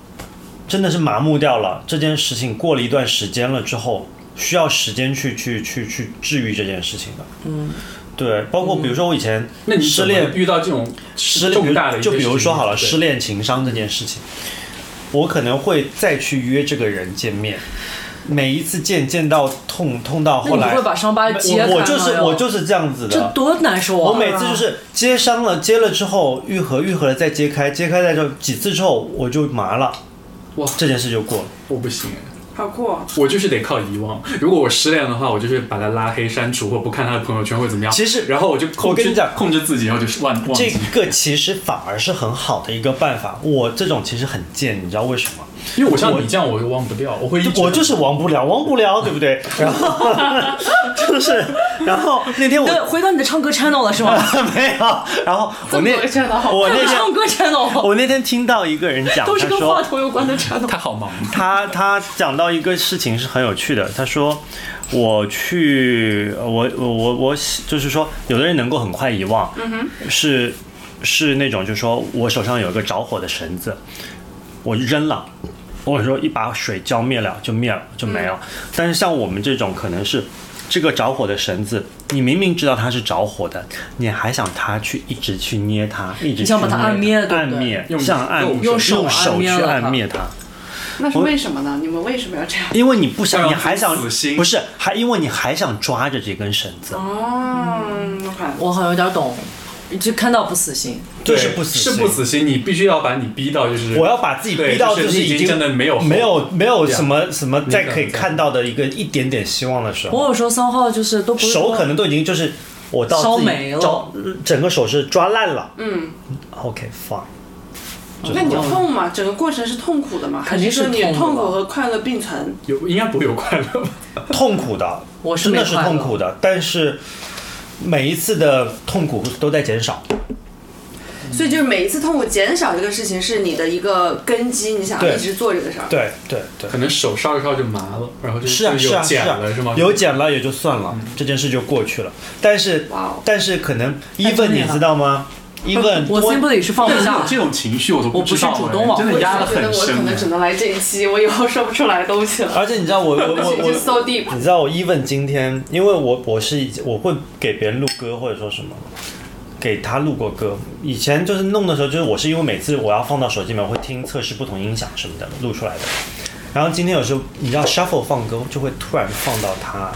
真的是麻木掉了。这件事情过了一段时间了之后，需要时间去去去去治愈这件事情的。嗯，对，包括比如说我以前
那你
失
怎么
恋
遇到这种
失
重大的
恋，
一些
就比如说好了，
事情
失恋情伤这件事情，我可能会再去约这个人见面，每一次见见到痛痛到
那
后
你
来，
会把伤疤揭开
我
吗？
我就是
要
我就是这样子
这
的。
多难受啊！
我每次就是揭伤了，揭了之后愈合，愈合了再揭开，揭开再就几次之后我就麻了，
哇
这件事就过了。
我不行哎。
好酷、哦！
我就是得靠遗忘。如果我失恋的话，我就是把他拉黑、删除或不看他的朋友圈，会怎么样？
其实
然后我就控
我跟
制
你讲
控制自己，然后就是忘忘
这
记。
个其实反而是很好的一个办法，我这种其实很贱，你知道为什么？
因为我像你这样，我又忘不掉，我会一直
我就是忘不了，忘不了，对不对？ 然后 就是，然后那天我
对，回到你的唱歌 channel 了是吗？
没有，然后我那
这么多个 channel
我 那
唱
天
歌 channel
我那天听到一个人讲，
都是
他
跟
说
话筒有关的 channel。
他好忙，
他他讲到一个事情是很有趣的，他说我去呃我我我我就是说，有的人能够很快遗忘，是是那种就是说我手上有一个着火的绳子，我扔了。或者说一把水浇灭了就灭了就没
嗯
了，但是像我们这种可能是这个着火的绳子，你明明知道它是着火的，你还想它去一直去捏它，一直
你想把它
去
按灭对
按
不对
灭，
用
像按
用
用
手按
去
灭了
按
它
灭它。
那是
我
为什么呢？你们为什么要这样？
因为你不想，
要
你还想
死心
不是还因为你还想抓着这根绳子，
嗯，OK，
我好像有点懂，就看到不死心。
就是不死心
是不死心，你必须要把你逼到就是
我要把自己逼到
对就是是已经
经
真的没有
没有没有
对啊
什么什么再可以
没有
看到的一个一点点希望的时候，
我有时候三号就是都不是
手
说
可能都已经就是我到
烧
自己
没了
招整个手是抓烂了。
嗯，
OK fine，
那你痛吗？整个过程是痛苦的吗？
肯定
还是
是
说你
痛苦的
痛苦和快乐并存？
有应该不会有快乐吧？
痛苦的，
我是
真的
没
是
快乐
痛苦的，但是每一次的痛苦都在减少。
所以就是每一次痛苦减少这个事情是你的一个根基，你想
对
一直做这个事儿。
对对对
可。能手烧一烧就麻了，然后就是
啊
就是
啊
有
是
茧
啊
了是吗？
有茧了也就算了，这件事就过去了。但是
哇哦，
但是可能
太专
even
业
你
了
知道吗？even
我心不里是放不
这
下
种。这种情绪我都
我不
知道
是主
哎
动往
真
我
的
就
压得
觉得
很
我可
深哎
能只能来这一期，我以后说不出来东西了。
而且你知道我呃 我我
就 so
我，
deep。
你知道我 even 今天，因为我我是以我会给别人录歌或者说什么。给他录过歌，以前就是弄的时候，就是我是因为每次我要放到手机里面，我会听测试不同音响什么的录出来的。然后今天有时候你知道 shuffle 放歌就会突然放到他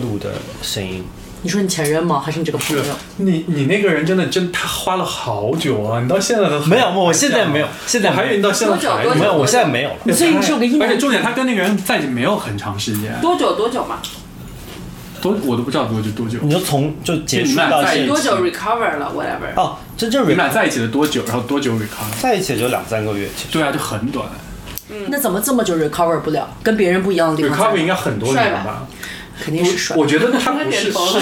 录的声音，
你说你前任吗？还是你这个朋
是
友？
你你那个人真的真他花了好久啊！你到现在都
没有我现在没有现在没有
啊还有你到现在还
多久多久
没有，
有
我现在没有了。
你最近是有个一
而且
年，
重点，他跟那个人在一起没有很长时间，
多久多久嘛？
多我都不知道多久多久。
你就从就结束到
就
现
你
多
们在
久 recover 了？whatever。
哎哦，真正 re
你们俩在一起了多久？然后多久 recover？
在一起也就两三个月，其实
对啊，就很短。
那怎么这么久 recover 不了？跟别人不一样的地方在哪
recover 应该很多年吧？
肯定是帅
我。觉得他不是
点
适
头
合。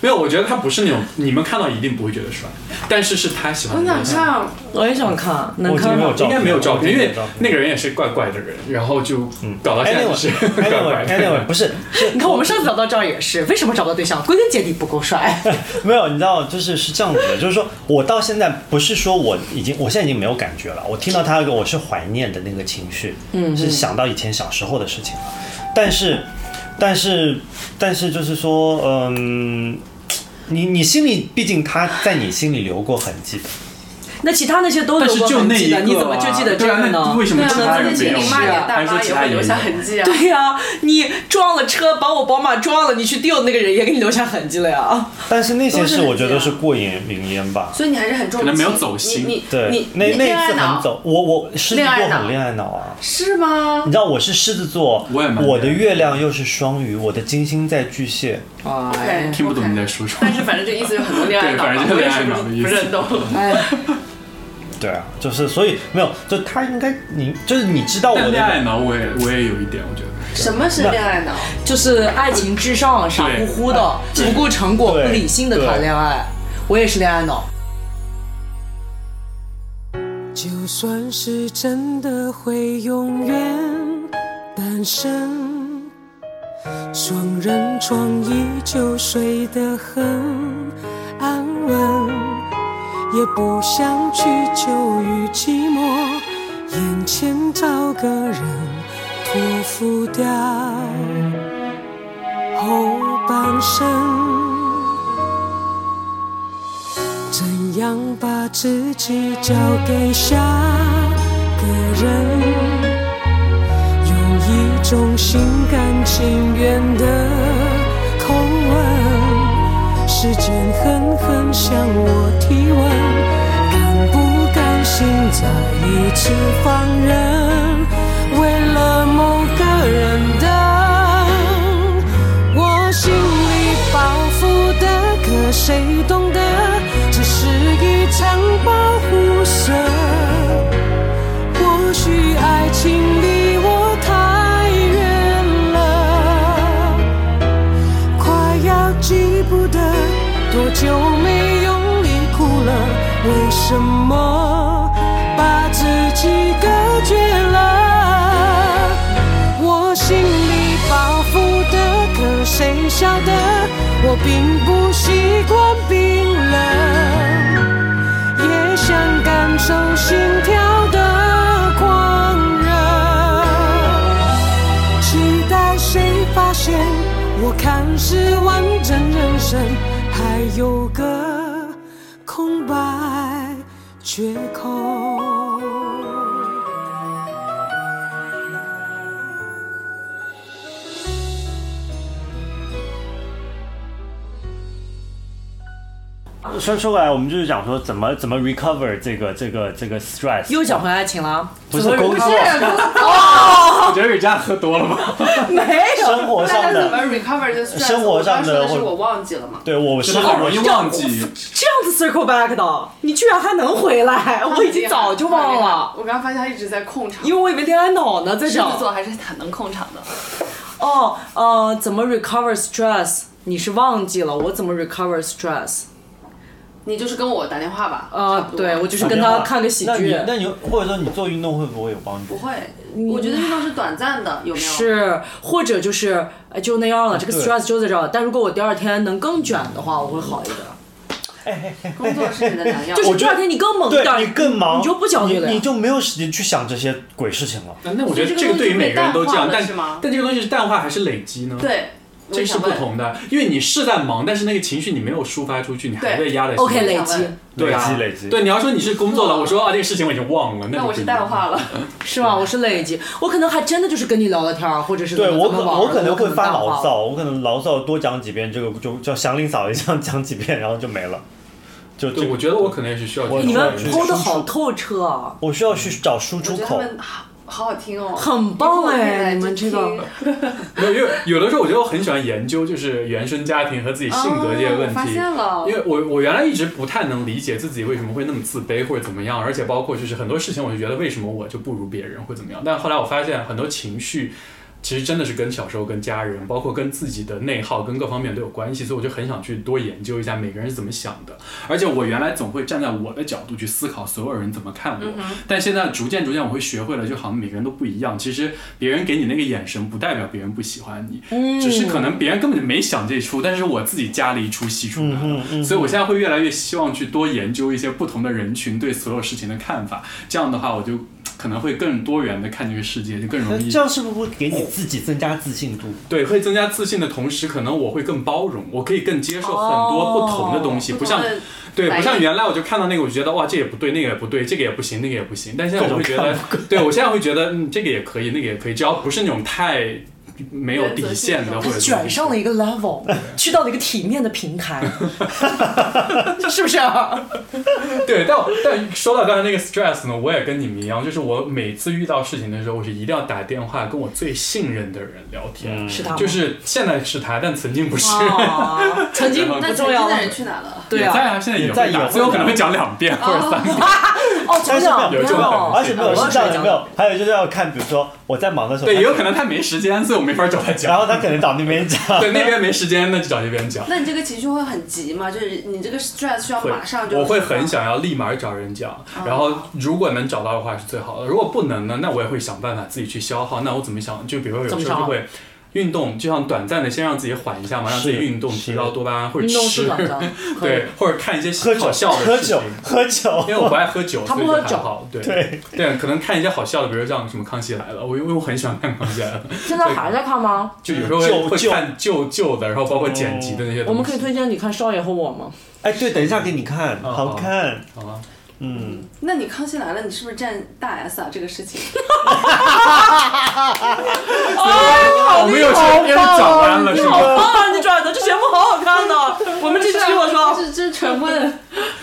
没有，我觉得他不是那种你们看到一定不会觉得帅，但是是他喜欢
我
的类
想
型。
看，啊
我也想看，能
我已经
看
没有
吗？
照片，
应该没有照片，因
我已
为
经没有照片嗯
那个人也是怪怪的人，然后就搞到现在就是 怪怪的。
anyway，anyway，anyway，不是，是
你看我们上次聊到这儿也是，为什么找不到对象？归根结底不够帅。
没有，你知道，就是是这样子的，就是说我到现在不是说我已经，我现在已经没有感觉了，我听到他那个我是怀念的那个情绪，嗯，是想到以前小时候的事情了，但是，但是，但是就是说，嗯。你你心里，毕竟他在你心里留过痕迹的，
那其他那些都
但
有
是
过
就
痕
那
迹
一
的，
个、啊，
你怎么就记得这
对啊
个，
那
呢？
为什么
对啊，
其
我
他
在
人
那
没
群
有
里
呢？
骂你的
还
大
是说
妈
其
也
他
会
人
留
有
下痕迹啊。
对呀、你撞了车把我宝马撞了，你去丢的那个人也给你留下痕迹了呀。
但是那些
都是
事
痕
我觉
迹
得
啊
是过眼云烟吧。
所以你还是很重情，
可能没有走心
你你
对
你，
那
你
那
恋
一
爱
次
脑
很走，我我狮子
恋爱
座很
脑
恋爱脑啊，
是吗
你？知道我是狮子座，
我也蛮
我的月亮又是双鱼，我的金星在巨蟹，
哎
OK，
听不懂你
OK
在说什么
但。是反正这意思有很多恋爱脑
对
嘛
反，正
我
就
也
恋爱
是
脑的意思
不认懂。
哎，
对啊，就是所以没有，就他应该你就是你知道我
但
的
恋爱脑我也我也有一点，我觉得
什么是恋爱脑？
就是爱情至上，傻乎乎的，不顾成果，
对
不理性的谈恋爱。我也是恋爱脑。
就算是真的会永远单身，双人床依旧睡得很安稳，也不想去求与寂寞眼前找个人托付掉后半生。怎样把自己交给下个人？用一种心甘情愿的口吻，时间狠狠向我提问，甘不甘心再一次放任？为了某个人的我心里包覆的，可谁懂得？只是一场保护色。或许爱久没用力哭了？为什么把自己隔绝了？我心里包袱的，可谁晓得我并不习惯冰冷，也想感受心跳的狂热，期待谁发现我看似完整人生，还有个空白缺口。
说说过来，我们就是讲说怎么怎么 recover 这个这个这个 stress，
又讲回爱情了，
不是工作，
我觉得雨佳喝多了吧？
没有。
生活
那
上
他怎么
的，
recover 就 stress？
生活上的
我刚说的是
或
我忘记了嘛。
对我
就是是很容易忘记。
这样子 circle back 的，你居然还能回来，我已经早就忘了，
我刚发现他一直在控场。
因为我以为恋爱脑呢，在
狮子
讲。
座还是很能控场的。
哦，呃，怎么 recover stress？你是忘记了我怎么 recover stress？
你就是跟我打电话吧。差
呃
不，多
对我就是跟他看个喜
那
剧
你。那你或者说你做运动会不会有帮助
不？会，我觉得运动是短暂的，有没有？
是，或者就是呃就那样了，这个
对
stress 就在这儿。但如果我第二天能更卷的话，我会好一点。
啊
工作是你的良药。
就是
我
第二天你更猛一点，
对你更忙，
你就不焦虑了呀
你你就没有时间去想这些鬼事情了。
那我觉得
所
这
以这
个
个
对于每个人都这样，
东西
但
是被淡化了是吗
但这个东西是淡化还是累积呢？，
对，我
这
也
是
想
不
问。
同的，因为你是在忙，但是那个情绪你没有抒发出去，你还
对
被压在心里。
OK 累积
累
对啊，
累积累积
对，你要说你是工作了，我说啊这个事情我已经忘了，
那
就
我
不
是
一样
淡化了。
是吧？我是累积，我可能还真的就是跟你聊聊天儿，或者是
对
怎
我
么
可
怎么玩儿
我可能会发
淡化
牢
了。
骚，我可能牢骚多讲几遍，这个就叫祥林嫂一样 讲几遍，然后就没了。就这
对，
个
我觉得我可能也是需要这
我
种
你们
去
剖
输出
的好透彻啊，
我需要去找输
我
出
觉得他
口。
们好好好听哦，
很棒哎
一会儿我可以来
你们
去
这个
听
没有，因为有的时候我觉得我很喜欢研究，就是原生家庭和自己性格这些问
哦我
题。
发现了
因为我我原来一直不太能理解自己为什么会那么自卑或者怎么样，而且包括就是很多事情，我就觉得为什么我就不如别人会怎么样。但后来我发现很多情绪。其实真的是跟小时候、跟家人，包括跟自己的内耗、跟各方面都有关系，所以我就很想去多研究一下每个人是怎么想的。而且我原来总会站在我的角度去思考所有人怎么看我，但现在逐渐逐渐我会学会了，就好像每个人都不一样。其实别人给你那个眼神，不代表别人不喜欢你，只是可能别人根本就没想这一出，但是我自己加了一出戏出来了。所以我现在会越来越希望去多研究一些不同的人群对所有事情的看法，这样的话我就可能会更多元的看这个世界，就更容
那
易
这样是不是会给你自己增加自信度？
对，会增加自信的同时，可能我会更包容，我可以更接受很多不同的东西，不像
不同的
对，
反
不
应
像原来我就看到那个，我就觉得哇，这也不对，那个也不对，这个也不行，那个也不行。但现在我会觉得， 对我现在会觉得，嗯，这个也可以，那个也可以，只要不是那种太没有底线的，
原则性的
或者是
卷上了一个 level，去到了一个体面的 平台，是不是啊？
对，但我但说到刚才那个 stress 呢，我也跟你们一样，就是我每次遇到事情的时候，我是一定要打电话跟我最信任的人聊天，
嗯
是他吗
就是现在是他，但曾经 不是。
啊，曾经
那
不
曾
重
经
要
的
了。
人去哪了？
对
也在
啊，
啊，现在
也在
有
有
打，所以我可能会讲两遍或者三遍。
哦，真
但是
的
没
啊，
有，
有这种
没
感觉
而且没有
我
是这样
只
的，没有。还有就是要看，比如说我在忙的时候，
对，
他
也有可能他没时间，所以我没法找他
然
讲。
后他可能到那边讲，
对，那边没时间，那就找这边讲。
那你这个情绪会很急吗？就是你这个 stress 需要
会
马上就
我会很想要立马找人讲，
嗯
然后如果能找到的话是最好的，如果不能呢，那我也会想办法自己去消耗。那我怎么想？就比如说有
怎么
时候
消
就
耗
会。运动就像短暂的，先让自己缓一下嘛，让
是
自己运动
是
提高多巴胺，或者
运动是
吃，
短暂，可以
对，或者看一些
喝酒
好笑的
喝
事情
酒。喝酒
因为，我不爱喝酒，
他
所以
不
就
喝
还
酒
好，对
对
对，可能看一些好笑的，比如像什么《康熙来了》，我因为我很喜欢看《康熙来了》，
现在还在看吗？
就有时候会
旧
会
旧
看旧旧的，然后包括剪辑的那些东西。
哦我们可以推荐你看《少爷和我》吗？
哎，对，等一下给你看，
哦
好看，
好吧？
嗯，
那你康熙来了，你是不是占大 S 啊？这 个事情，
啊
我们有这边讲完了是吗？
好棒啊！啊你转的这节目好好看呢、 我们这期我说，
这这纯问，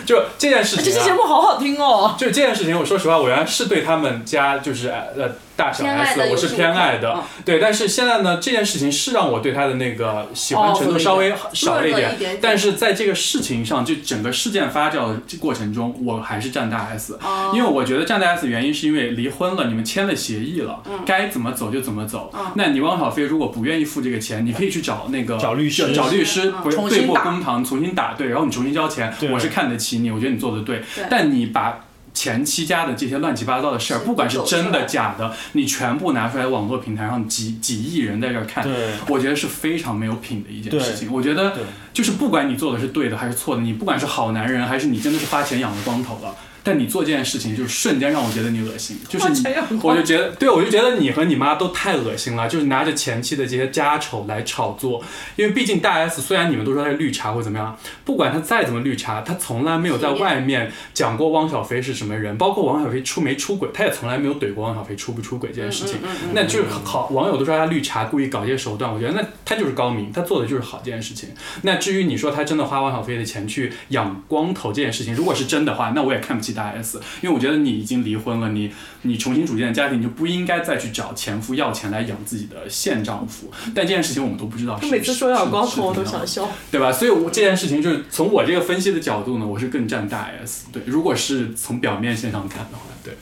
就这件事
这
情、
期
啊，
节目好好听哦。
就是这件事情，我说实话，我原来是对他们家就是呃大小
偏爱
S，
的
我
有
是
什么
偏爱
看
的
嗯。
对，但是现在呢，这件事情是让我对他的那个喜欢程度稍微少了一
哦弱了一点
点
点，
但是在这个事情上，就整个事件发酵这过程中，我还是站大 S，因为
哦
我觉得站大 S 原因是因为离婚了，你们签了协议了，
嗯
该怎么走就怎么走。那你汪小菲如果不愿意付这个钱，你可以去找那个
找律师
找律师
嗯
不
重
对
新
簿
打
公堂，重新打对，然后你重新交钱
对。
我是看得起你，我觉得你做的对，但你把。前妻家的这些乱七八糟的事儿，不管是真的假的，你全部拿出来，网络平台上几几亿人在这儿看
对，
我觉得是非常没有品的一件
对
事情。我觉得
对
就是不管你做的是对的还是错的，你不管是好男人还是你真的是花钱养了光头了。但你做这件事情，就瞬间让我觉得你恶心，就是你，我就觉得，对我就觉得你和你妈都太恶心了，就是拿着前期的这些家丑来炒作，因为毕竟大 S 虽然你们都说她是绿茶或怎么样，不管她再怎么绿茶，她从来没有在外面讲过汪小菲是什么人，包括汪小菲出没出轨，她也从来没有怼过汪小菲出不出轨这件事情。那就是好，网友都说她绿茶，故意搞这些手段，我觉得那她就是高明，她做的就是好这件事情。那至于你说她真的花汪小菲的钱去养光头这件事情，如果是真的话，那我也看不起大 S，因为我觉得你已经离婚了，你你重新组建家庭，你就不应该再去找前夫要钱来养自己的现丈夫。但这件事情我们都不知道是。
每次说要
是
高
是
头，我
怎
都
么样
想笑。
对吧？所以我这件事情就是从我这个分析的角度呢，我是更站大 S。对，如果是从表面现象看的话，对，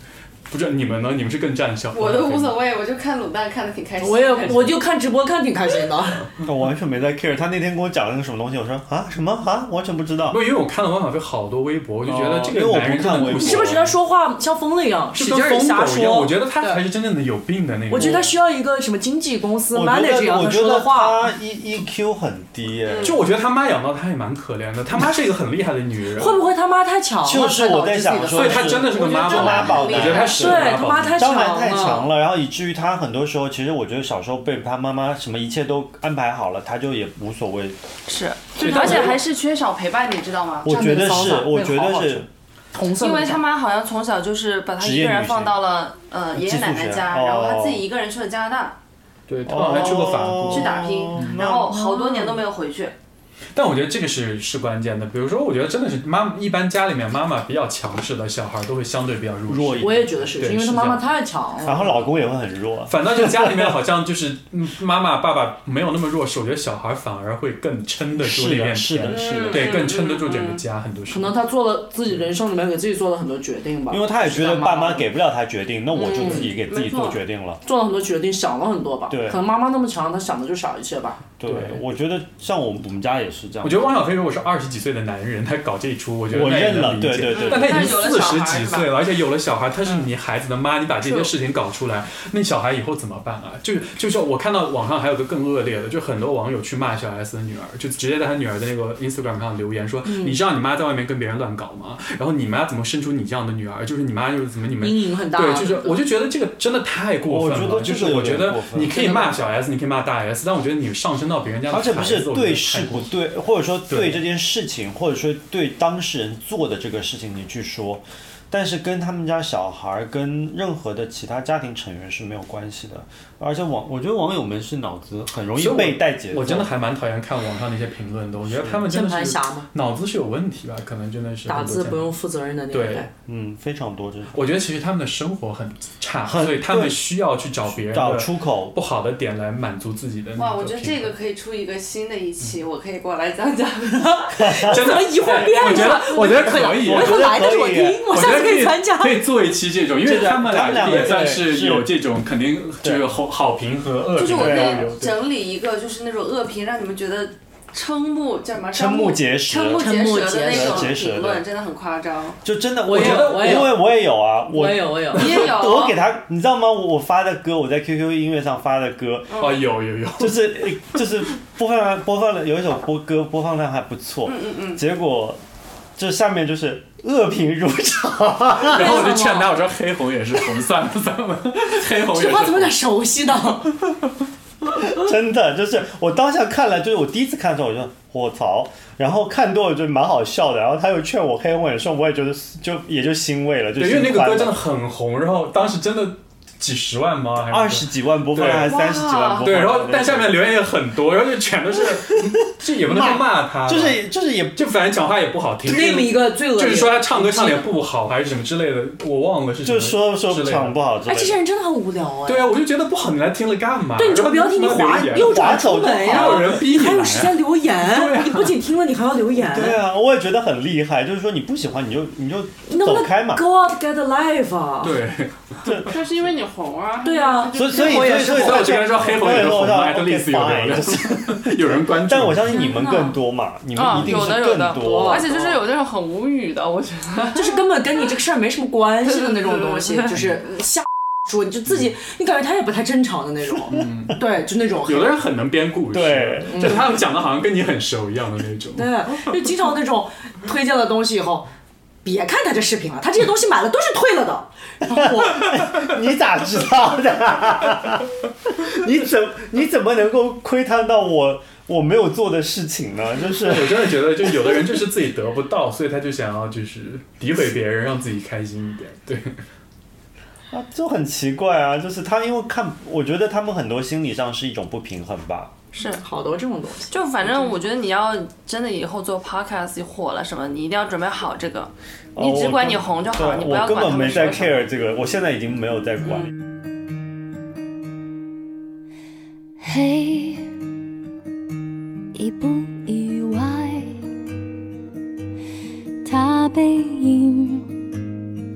不知道你们呢？你们是更站小？
我都无所谓，我就看卤蛋看的挺开心。
我也我就看直播看挺开心的，
我完全没在 care。他那天跟我讲了个什么东西，我说啊什么啊，完全不知道
不，。因为我看了汪小菲好多微博，我就觉得
哦
这
因为我
个男人
不
真
看
的
微
不
博
行，
是不是他说话像疯了一样，使
就
劲
跟
儿
疯狗
瞎
一样？
说？
我觉得他才
对
是真正的有病的那种。
我觉得他需要一个什么经纪公司
我觉
manager
得
让
我
他
觉
说
得
的话。嗯
他 E E Q 很低耶。
就我觉得他妈养到他也蛮可怜的，他妈是一个很厉害的女人，
会不会他妈太强了？
就是我在想说
所以他真的是个妈
我觉得
妈
妈
宝，
宝
我觉得他是个
对
妈
他妈
宝。
太
张
强
兰太强
了，
了，然后以至于他很多时候，其实我觉得小时候被他妈妈什么一切都安排好了，他就也无所谓。
是，
对
而且
他
还是缺少陪伴，你知道吗？
我觉得是，我觉
那个好
得
好
是
红色的
因为
那
他
种
妈好像从小就是把他
职
一
业
个人
女
放
性
到了呃爷爷
寄宿
奶奶
学
家，
哦
然后他自己一个人去了加拿大
对，他好像还去过法国，
去打拼，然后好多年都没有回去。
但我觉得这个是是关键的。比如说，我觉得真的是妈，一般家里面妈妈比较强势的小孩都会相对比较弱势。
弱一
我
点，
也觉得是，
对
是因为他
是
妈妈
这样
太强了。
然后老公也会很弱。
反倒就家里面好像就是嗯妈妈爸爸没有那么弱势，我觉得小孩反而会更撑得住那
是
片
的，是
天
的，，
嗯
是的。
对，更撑得住整个家。很多时
可
候，
能他做了自己人生里面给自己做了很多决定吧，
因为他也觉得爸妈给不了他决定，那我就
嗯
自己给自己做决定了。
做了很多决定，想了很多吧。
对
可能妈妈那么强，他想的就少一些吧。
对
对，
我觉得像我们我们家也是这样。
我觉得汪小菲如果是二十几岁的男人，他搞这一出，我觉得
我
那也
认了
能理解
对对对
但他已经
但是有了
四
小孩嗯
十几岁了，而且有了小孩，他是你孩子的妈，你把这些事情搞出来，那小孩以后怎么办啊？就就是我看到网上还有个更恶劣的，就很多网友去骂小 S 的女儿，就直接在他女儿的那个 Instagram 上留言说：“
嗯
你知道你妈在外面跟别人乱搞吗？然后你妈怎么生出你这样的女儿？就是你妈又怎么你们
阴影很大
对，就是我就觉得这个真的太过分
我觉
了，
得这
就是
个有
我
点
觉得
过分
你可以骂小 S，你可以骂大 S，但我觉得你上升到别人家的
而
孩子，
且不是
我觉得
对
太
事
过
不
分了
对，或者说
对
对这件事情，或者说对当事人做的这个事情你去说，但是跟他们家小孩儿跟任何的其他家庭成员是没有关系的。而且网，我觉得网友们是脑子很容易
所以我
被带节奏。
我真的还蛮讨厌看网上那些评论的，我觉得他们真
键
的
盘
是
侠嘛，
脑子是有问题吧，可能真的是
打
很多
字
键
不用负责任的年代。
嗯，非常多这种
我觉得其实他们的生活很差，
很
所以他们需要去找别人
找
的
出口。
不好的点来满足自己的那
哇，我觉得
平
这个
衡
可以出一个新的一期，我可以过来讲讲。
真
怎么
的
一会儿变了？
我觉得我觉得可以
我
我
以
觉
后
得
来的
可
时候我
以
听，我
我
下
觉
次
得
可以参加。
可以做一期这种，因为
这个
他们
他们两个
也算
对
是
是
有这种肯定就是
对
好好评和恶
就
评
是
都
我
有。
在
对
整理一个，就是那种恶评，让你们觉得瞠目叫什么？
瞠目结舌
瞠目结舌的那
瞠目
种
结舌
评论，真的很夸张。
就真的，
我
觉
有
得，
我有
因为我也有啊，我
我有我有，
你也有？
我给他，你知道吗？我我发的歌，我在 QQ 音乐上发的歌，
哦，有有有，
就是 就是播放量播放了有一首播歌播放量还不错，嗯嗯嗯，结果这下面就是恶评如潮，
然后我就劝他，我说黑红也是红，算了算了，黑红也是
这话
红
怎么有。点熟悉呢？
真的就是我当下看了，就是我第一次看的时候我就我操，然后看多了就蛮好笑的，然后他又劝我黑我也说我也觉得就也就欣慰了，就
对，因为那
心
个
宽
歌
了
真的很红，然后当时真的几十万吗？还是
二十几万播放量还是
对
三十几万播放量，
对，然后但下面留言也很多，然后就全都是嗯 这也不能说骂他吧，
就是就是也
就反正讲话也不好听。就是
name 一个罪恶，
就是说他唱歌唱的也不好，还是什么之类的，我忘了是什
就
么
说说
之类的
唱不好之
哎，
类
这些
的。
人真的很无聊哎。
对啊，我就觉得不好，你来听了干嘛？
对，你就不要听你
然后他妈
滑
留言
右
滑
转
走
出
就
门
好
呀，
还有人逼你
还有
来
时间留言，
对啊
你不仅听了，你还要留言，
对啊，我也觉得很厉害，就是说你不喜欢你就你就
你能不
走
能
开嘛。
go out get a life 啊？
对，
就是因为你红啊。
对啊
所以所以所以所以
所以我就跟他说黑红也是红
对
，at
对
least 有人
OK，fine，
有人关注。
但我相信你们更多嘛，你们
啊
一，定
有
是
的有
更
的，
多
而。且就是有那种很无语的，我觉得。
就是根本跟你这个事儿没什么关系的那种东西，
对对对
就是瞎说，你就自己，你感觉他也不太正常的那种，对，就那种。
有的人很能编故事，
对，
就他们讲的好像跟你很熟一样的那种。
对，就经常那种推荐了东西以后，别看他这视频了，他这些东西买了都是退了的。然后我
你咋知道的？ 你怎你怎么能够窥探到我我没有做的事情呢？就是
我真的觉得，就有的人就是自己得不到，所以他就想要就是诋毁别人，让自己开心一点。对，
啊，就很奇怪啊，就是他因为看，我觉得他们很多心理上是一种不平衡吧。
是，
好多这种东西，
就反正我觉得你要真的以后做 podcast 火了什么，你一定要准备好这个，你只管你红
啊
就好，
对，
你不
哦我
要
根
管
本
他
没
们
在
说什么。
care 这个，我现在已经没有在管。
嘿，意不意外？他背影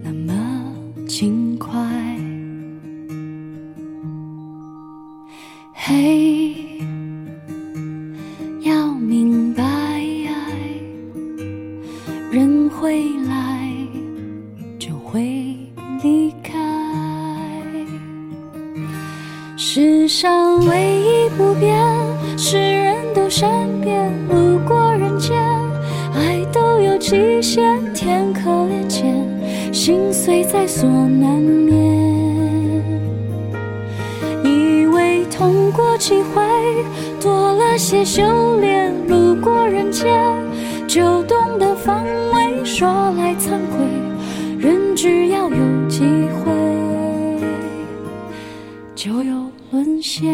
那么轻快。嘿，要明白，人会来，就会离开。世上唯一不变是人都善变，路过人间，爱都有极限，天可怜见，心碎在所难免。以为痛过几回，多了些修炼，路过人间，就懂得防卫。说来惭愧，人只要有机会。就有沦陷。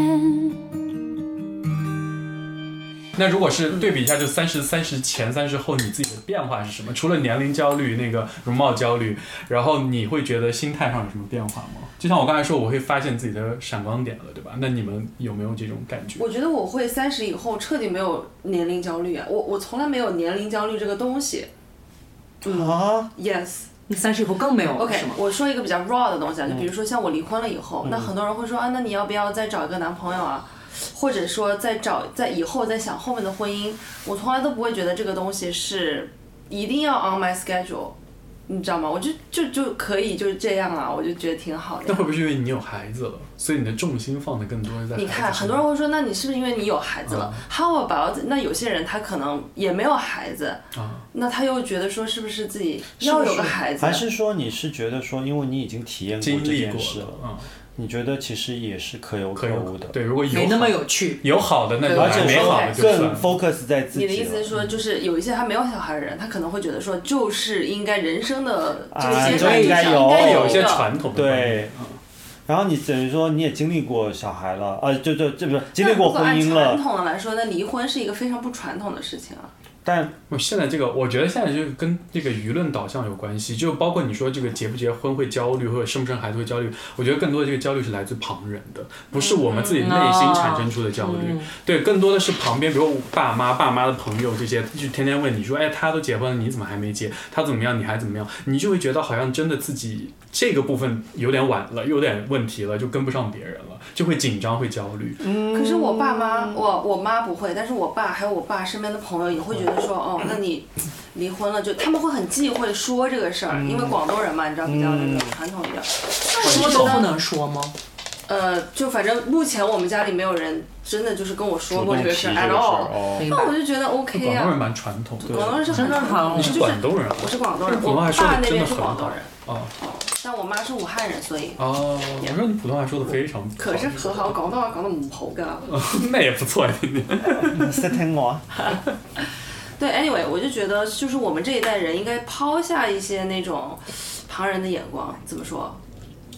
那如果是对比一下，就三十三十前、三十后，你自己的变化是什么？除了年龄焦虑、那个容貌焦虑，然后你会觉得心态上有什么变化吗？就像我刚才说，我会发现自己的闪光点了，对吧？那你们有没有这种感觉？
我觉得我会三十以后彻底没有年龄焦虑啊，我我从来没有年龄焦虑这个东西。
啊，
Yes，
你三十以后更没有了
OK，
是吗？
我说一个比较 raw 的东西啊，就比如说像我离婚了以后，那很多人会说啊，那你要不要再找一个男朋友啊？或者说再找在以后再想后面的婚姻，我从来都不会觉得这个东西是一定要 on my schedule，你知道吗？我就就就可以就是这样啊，我就觉得挺好的
那。会不会是因为你有孩子了，所以你的重心放的更多在孩子身上？
你看，很多人会说，那你是不是因为你有孩子了、h o w about？那有些人他可能也没有孩子，
啊，
那他又觉得说，是不是自己要有个孩子？
还是说你是觉得说，因为你已经体验过
经
这
历
件
过
事了，
啊，
你觉得其实也是可有
可
无
有
的，
对，如果有
没那么
好
有趣，
有好的那就
对
而
来，
且
没
说
好的就算
更
了。
focus 在自己
你
了。嗯
的意思是说，就是有一些还没有小孩的人，他可能会觉得说，就是应该人生的这个
啊
阶
就
段
应该
上
有
应该
有一些
的
传统的观念
对，然后你等于说你也经历过小孩了，啊，就就这不是经
那
历
如
过
果
婚
按
姻
传
了，
统的来说，那离婚是一个非常不传统的事情啊。
但
我现在这个，我觉得现在就是跟这个舆论导向有关系，就包括你说这个结不结婚会焦虑，或者生不生孩子会焦虑。我觉得更多的这个焦虑是来自旁人的，不是我们自己内心产生出的焦虑。
嗯
对，更多的是旁边，比如我爸妈、爸妈的朋友这些，就天天问你说，哎，他都结婚了，你怎么还没结？他怎么样，你还怎么样？你就会觉得好像真的自己这个部分有点晚了，有点问题了，就跟不上别人了，就会紧张，会焦虑。
可是我爸
嗯
妈，我我妈不会，但是我爸还有我爸身边的朋友也会觉得说，哦，那你离婚了，就他们会很忌讳说这个事儿，因
嗯
为广东人嘛，你知道比较那个传统一点。
什么都不能说吗？
呃，就反正目前我们家里没有人真的就是跟我说
主
过
动
这
提这
个
个
事
事儿
儿 at all。
哦，
明白
那我就觉得 OK
广东人
啊，
蛮传统的，
广东人是
真
很
的
传
好
统
你
的，
是
就是
广东人啊？
我是广东人，
普通话
我
说
爸
的
那
真的
边是
很
广
好
东人，
哦
但我妈是武汉人，所以
哦，我说你普通话说的非常好，
可是很好，广东话讲得唔好噶。
那也不错呀，天天
是听我啊，
对，anyway，我就觉得就是我们这一代人应该抛下一些那种旁人的眼光，怎么说？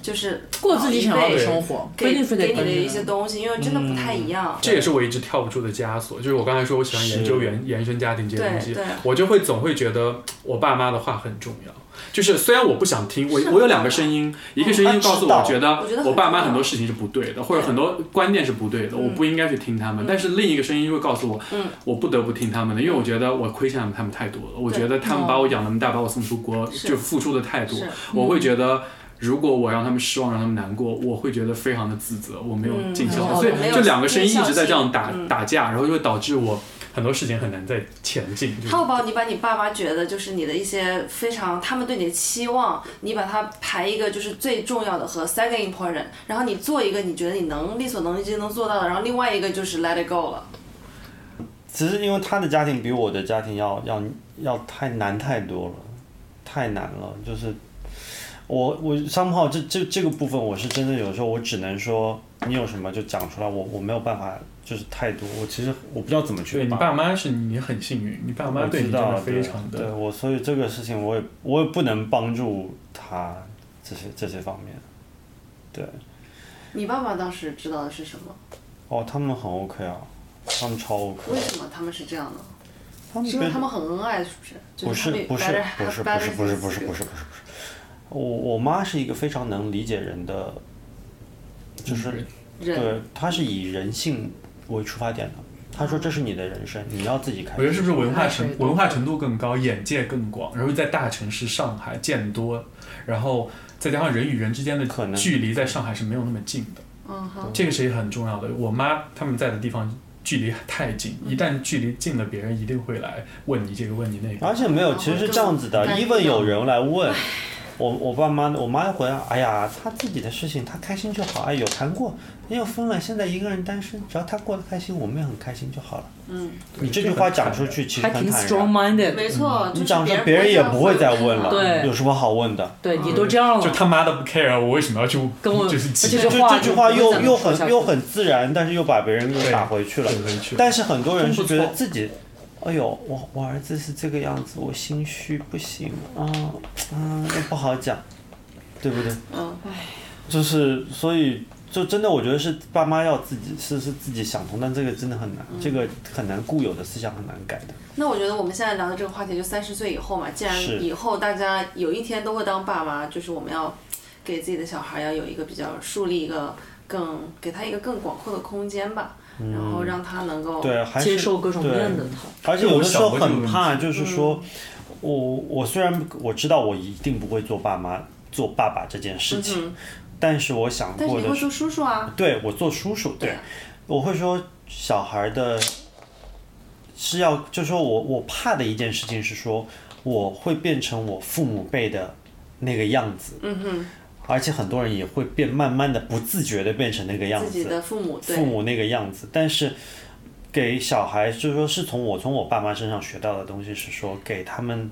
就是
过自己想要
老一
的
辈
生活，不一
给
定非得
给你
跟
的
着
一些东西，因为真的不太
嗯
一样。
这也是我一直跳不出的枷锁，就是我刚才说我喜欢研究原原生家庭这些东西
对对，
我就会总会觉得我爸妈的话很重要。就是虽然我不想听，我我有两个声音，一个声音告诉
他
我
知
觉得
我觉得
我
很
爸
重
妈
要
很多事情是不对的，或者很多观念是不对的，我
嗯
不应该去听他们。但是另一个声音会告诉我，我不得不听他们的，因为我觉得我亏欠他们太多了，我觉得他们把我养那么大，把我送出国，就付出的太多
是，
我会觉得。如果我让他们失望，让他们难过，我会觉得非常的自责，我没有尽孝道，
嗯
所以
没有
就两个声音一直在这样打
尽孝心嗯
打架，然后就会导致我很多事情很难再前进。
嗯
就是
How about 你把你爸妈觉得就是你的一些非常他们对你的期望，你把它排一个就是最重要的和三个 important，然后你做一个你觉得你能力所能及能做到的，然后另外一个就是 let it go 了。
其实因为他的家庭比我的家庭要要要太难太多了，太难了。就是我我商号这这这个部分，我是真的有时候我只能说你有什么就讲出来，我我没有办法就是太多。我其实我不知道怎么去
对你
把
爸妈是你很幸运，你爸妈
我
对
知
你真
道
的非常
对
的。
我，所以这个事情我也我也不能帮助他这些这些方面。对，
你爸爸当时知道的是什么？
哦，他们很 OK 啊，他们超 OK，
为什么他们是这样的？
他们觉
是因为
得
他们很恩爱，是
不
不
是
是？
不
就是他
不是
们 better have
不是
better
不是不是
things
不是不是不是，我我妈是一个非常能理解人的，就是
人
对，她是以人性为出发点的。她说这是你的人生，你要自己开
我觉得
始。
是不是文化
太
程
多
文化程度更高，眼界更广，然后在大城市上海见多，然后再加上人与人之间的
可能
距离在上海是没有那么近的，
嗯哼，
这个是也很重要的。我妈他们在的地方距离太近，一旦距离近了，别人一定会来问你这个问你那个。
而且没有，其实是这样子的
但是
，even 有人来问。我我爸妈，我妈回答，哎呀，她自己的事情，她开心就好。哎，有谈过，也有分了，现在一个人单身，只要她过得开心，我们也很开心就好了。
嗯，
你这句话讲出去，其实
还
很
挺
坦
strong
然。
minded。
没错，
你
就
讲
是
说别人也不会再问
了。
对
了，有什么好问的？
对你都这样
嗯就
了，
他妈的不 care，我为什么要去
跟我
就是
而且
挤
就
这话
这句话
就不
又
会再
又
说下
很
去
又很自然，但是又把别人又打回去了。
回去？
但是很多人是觉得
真不错
自己，哎呦，我我儿子是这个样子，我心虚不行啊，嗯，又不好讲，对不对？
嗯，
哎
就是所以就真的我觉得是爸妈要自己是是自己想通，但这个真的很难，
嗯
这个很难固有的思想很难改的。
那我觉得我们现在聊的这个话题，就三十岁以后嘛，既然
是
以后大家有一天都会当爸妈，就是我们要给自己的小孩要有一个比较树立一个更给他一个更广阔的空间吧，然后让他能
嗯
够
对，还是
接受各种
对
面的他。
而且有的时候很怕，
嗯
就是说，我我虽然我知道我一定不会做爸妈做爸爸这件事情，但是我想
嗯但是
过
你
的
会
是，
做叔叔啊，
对我做叔叔，对，
啊
我会说小孩的是要，就说我我怕的一件事情是说我会变成我父母辈的那个样子，
嗯哼，
而且很多人也会变，慢慢的不自觉的变成那个样
自己
子，
的父母对
父母那个样子，但是给小孩，就是说是从我从我爸妈身上学到的东西是说，给他们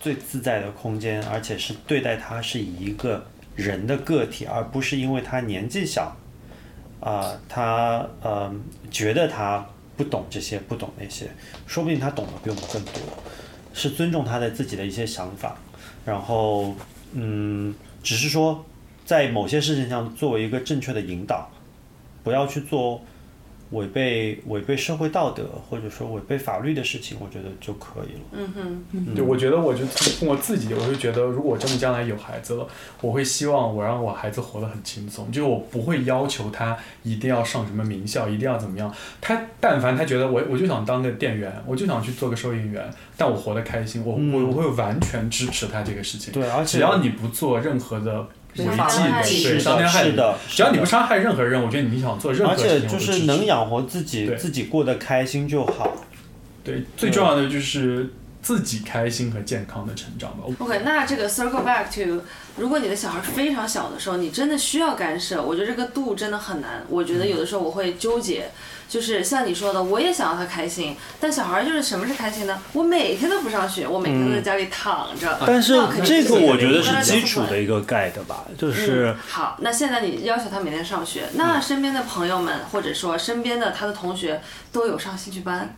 最自在的空间，而且是对待他是以一个人的个体，而不是因为他年纪小，啊、他呃觉得他不懂这些，不懂那些，说不定他懂得比我们更多，是尊重他的自己的一些想法，然后嗯，只是说。在某些事情上作为一个正确的引导，不要去做违背违背社会道德或者说违背法律的事情，我觉得就可以了。
嗯哼，
对，我觉得我就从我自己，我就觉得，如果我真的将来有孩子了，我会希望我让我孩子活得很轻松，就是我不会要求他一定要上什么名校，一定要怎么样。他但凡他觉得我我就想当个店员，我就想去做个收银员，但我活得开心，我、我我会完全支持他这个事
嗯
情。
对，而且
只要你不做任何的违纪
伤害
的，对，
是
伤天
的，
害
是
理，
的，
只要你不
是
伤害任何人，我觉得你想做
的，
任何
而
事情，
且就
我都支
是
持
能养活自己，
对
自己过得开心就好。
对，最重要的就是自己开心和健康的成长吧。我
OK，那这个 circle back to，如果你的小孩非常小的时候，你真的需要干涉，我觉得这个度真的很难。我觉得有的时候我会纠结，就是像你说的，我也想让他开心，但小孩就是什么是开心呢？我每天都不上学，我每天都在家里躺着。
但是
那肯定
这个我觉得
那
是
就不
基础
管
的一个盖的吧，就是
嗯，好，那现在你要求他每天上学，那身边的朋友们或者说身边的他的同学都有上兴趣班，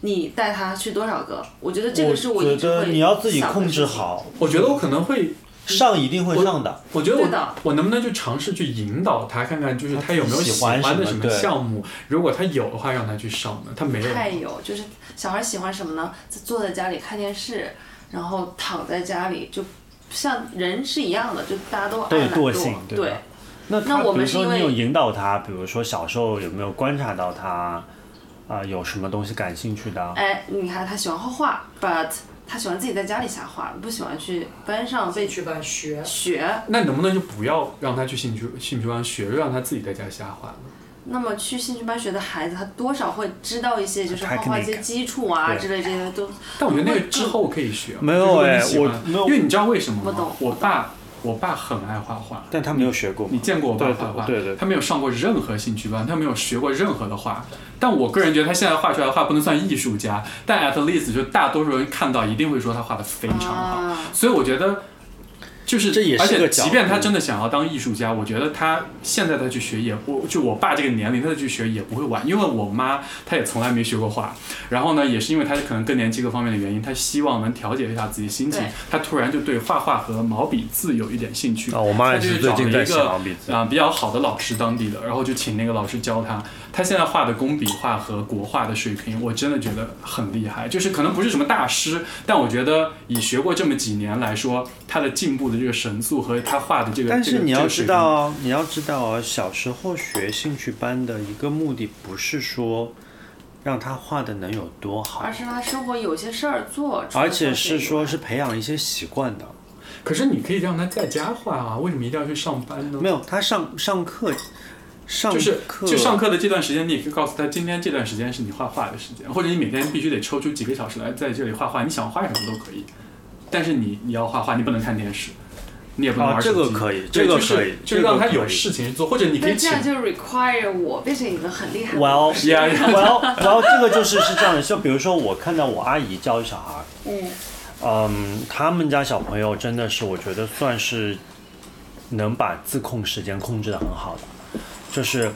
你带他去多少个？我觉得这个是
我
一
觉
直
得
会
你要自己控制
想的事情。
好。
我觉得我可能会
上一定会上的。
我觉得
对的
我我能不能就尝试去引导他，看看就是他有没有
他
喜
喜
欢
欢
的
什
什
么
么
对
项目？如果他有的话，让他去上呢；他没有，
太
嗯
有，就是小孩喜欢什么呢？在坐在家里看电视，然后躺在家里，就像人是一样的，就大家都爱
都有
懒
惰
惰
性啊
对
对
吧
那
那
他
我
比
们
如
是因
说
为
你有引导他，比如说小时候有没有观察到他啊、有什么东西感兴趣的啊？
哎，你看他喜欢画画，but 他喜欢自己在家里瞎画，不喜欢去班上被
去吧，学
学。
那能不能就不要让他去兴趣兴趣班学，让他自己在家瞎画呢？
那么去兴趣班学的孩子，他多少会知道一些就是画画一些
Technique
基础啊
对
之类这些都。
但我觉得那个之后可以学。啊
没有
就是如果
哎
你喜欢
我没有
因为你知道为什么吗？
我懂
我爸，我爸很爱画画。
但他没有学过嘛
你见过我爸
对
画画？
对对对
他没有上过任何兴趣班，他没有学过任何的画。但我个人觉得他现在画出来的画不能算艺术家，但 at least 就大多数人看到一定会说他画的非常好。
啊
所以我觉得，就是
这也是
而且
个角
即便他
度
真的想要当艺术家，我觉得他现在再去学也，我就我爸这个年龄他再去学也不会晚，因为我妈她也从来没学过画，然后呢，也是因为她可能更年期各方面的原因，她希望能调节一下自己心情
对，
她突然就对画画和毛笔字有一点兴趣。
啊我妈也
她就是
最近
找了
在
一
写
个
毛笔字
啊、比较好的老师，当地的，然后就请那个老师教他。他现在画的工笔画和国画的水平，我真的觉得很厉害。就是可能不是什么大师，但我觉得以学过这么几年来说，他的进步的这个神速和他画的这个，
但
这
是
个
你要
这个水
知
平
道哦，你要知道哦，小时候学兴趣班的一个目的不是说让他画的能有多好
而，是他生活有些事儿做，除了
而且
上
是
学以外
说是培养一些习惯的。
可是你可以让他在家画啊，为什么一定要去上班呢？
没有，他上上课，上
就是
课
就上课的这段时间，你也可以告诉他，今天这段时间是你画画的时间，或者你每天必须得抽出几个小时来在这里画画，你想画什么都可以。但是你你要画画，你不能看电视，你也不能
啊
玩
这
手机。
个可以
对
这个
就是
可以
就
这
是
个
让他
可以
有事情去做，或者你可以
但这
请
样就 require 我变成一个很厉害的老
well
师
呀呀
well well 这个就是是这样的，就比如说我看到我阿姨教育小孩，
嗯，
嗯，他们家小朋友真的是，我觉得算是能把自控时间控制的很好的。就是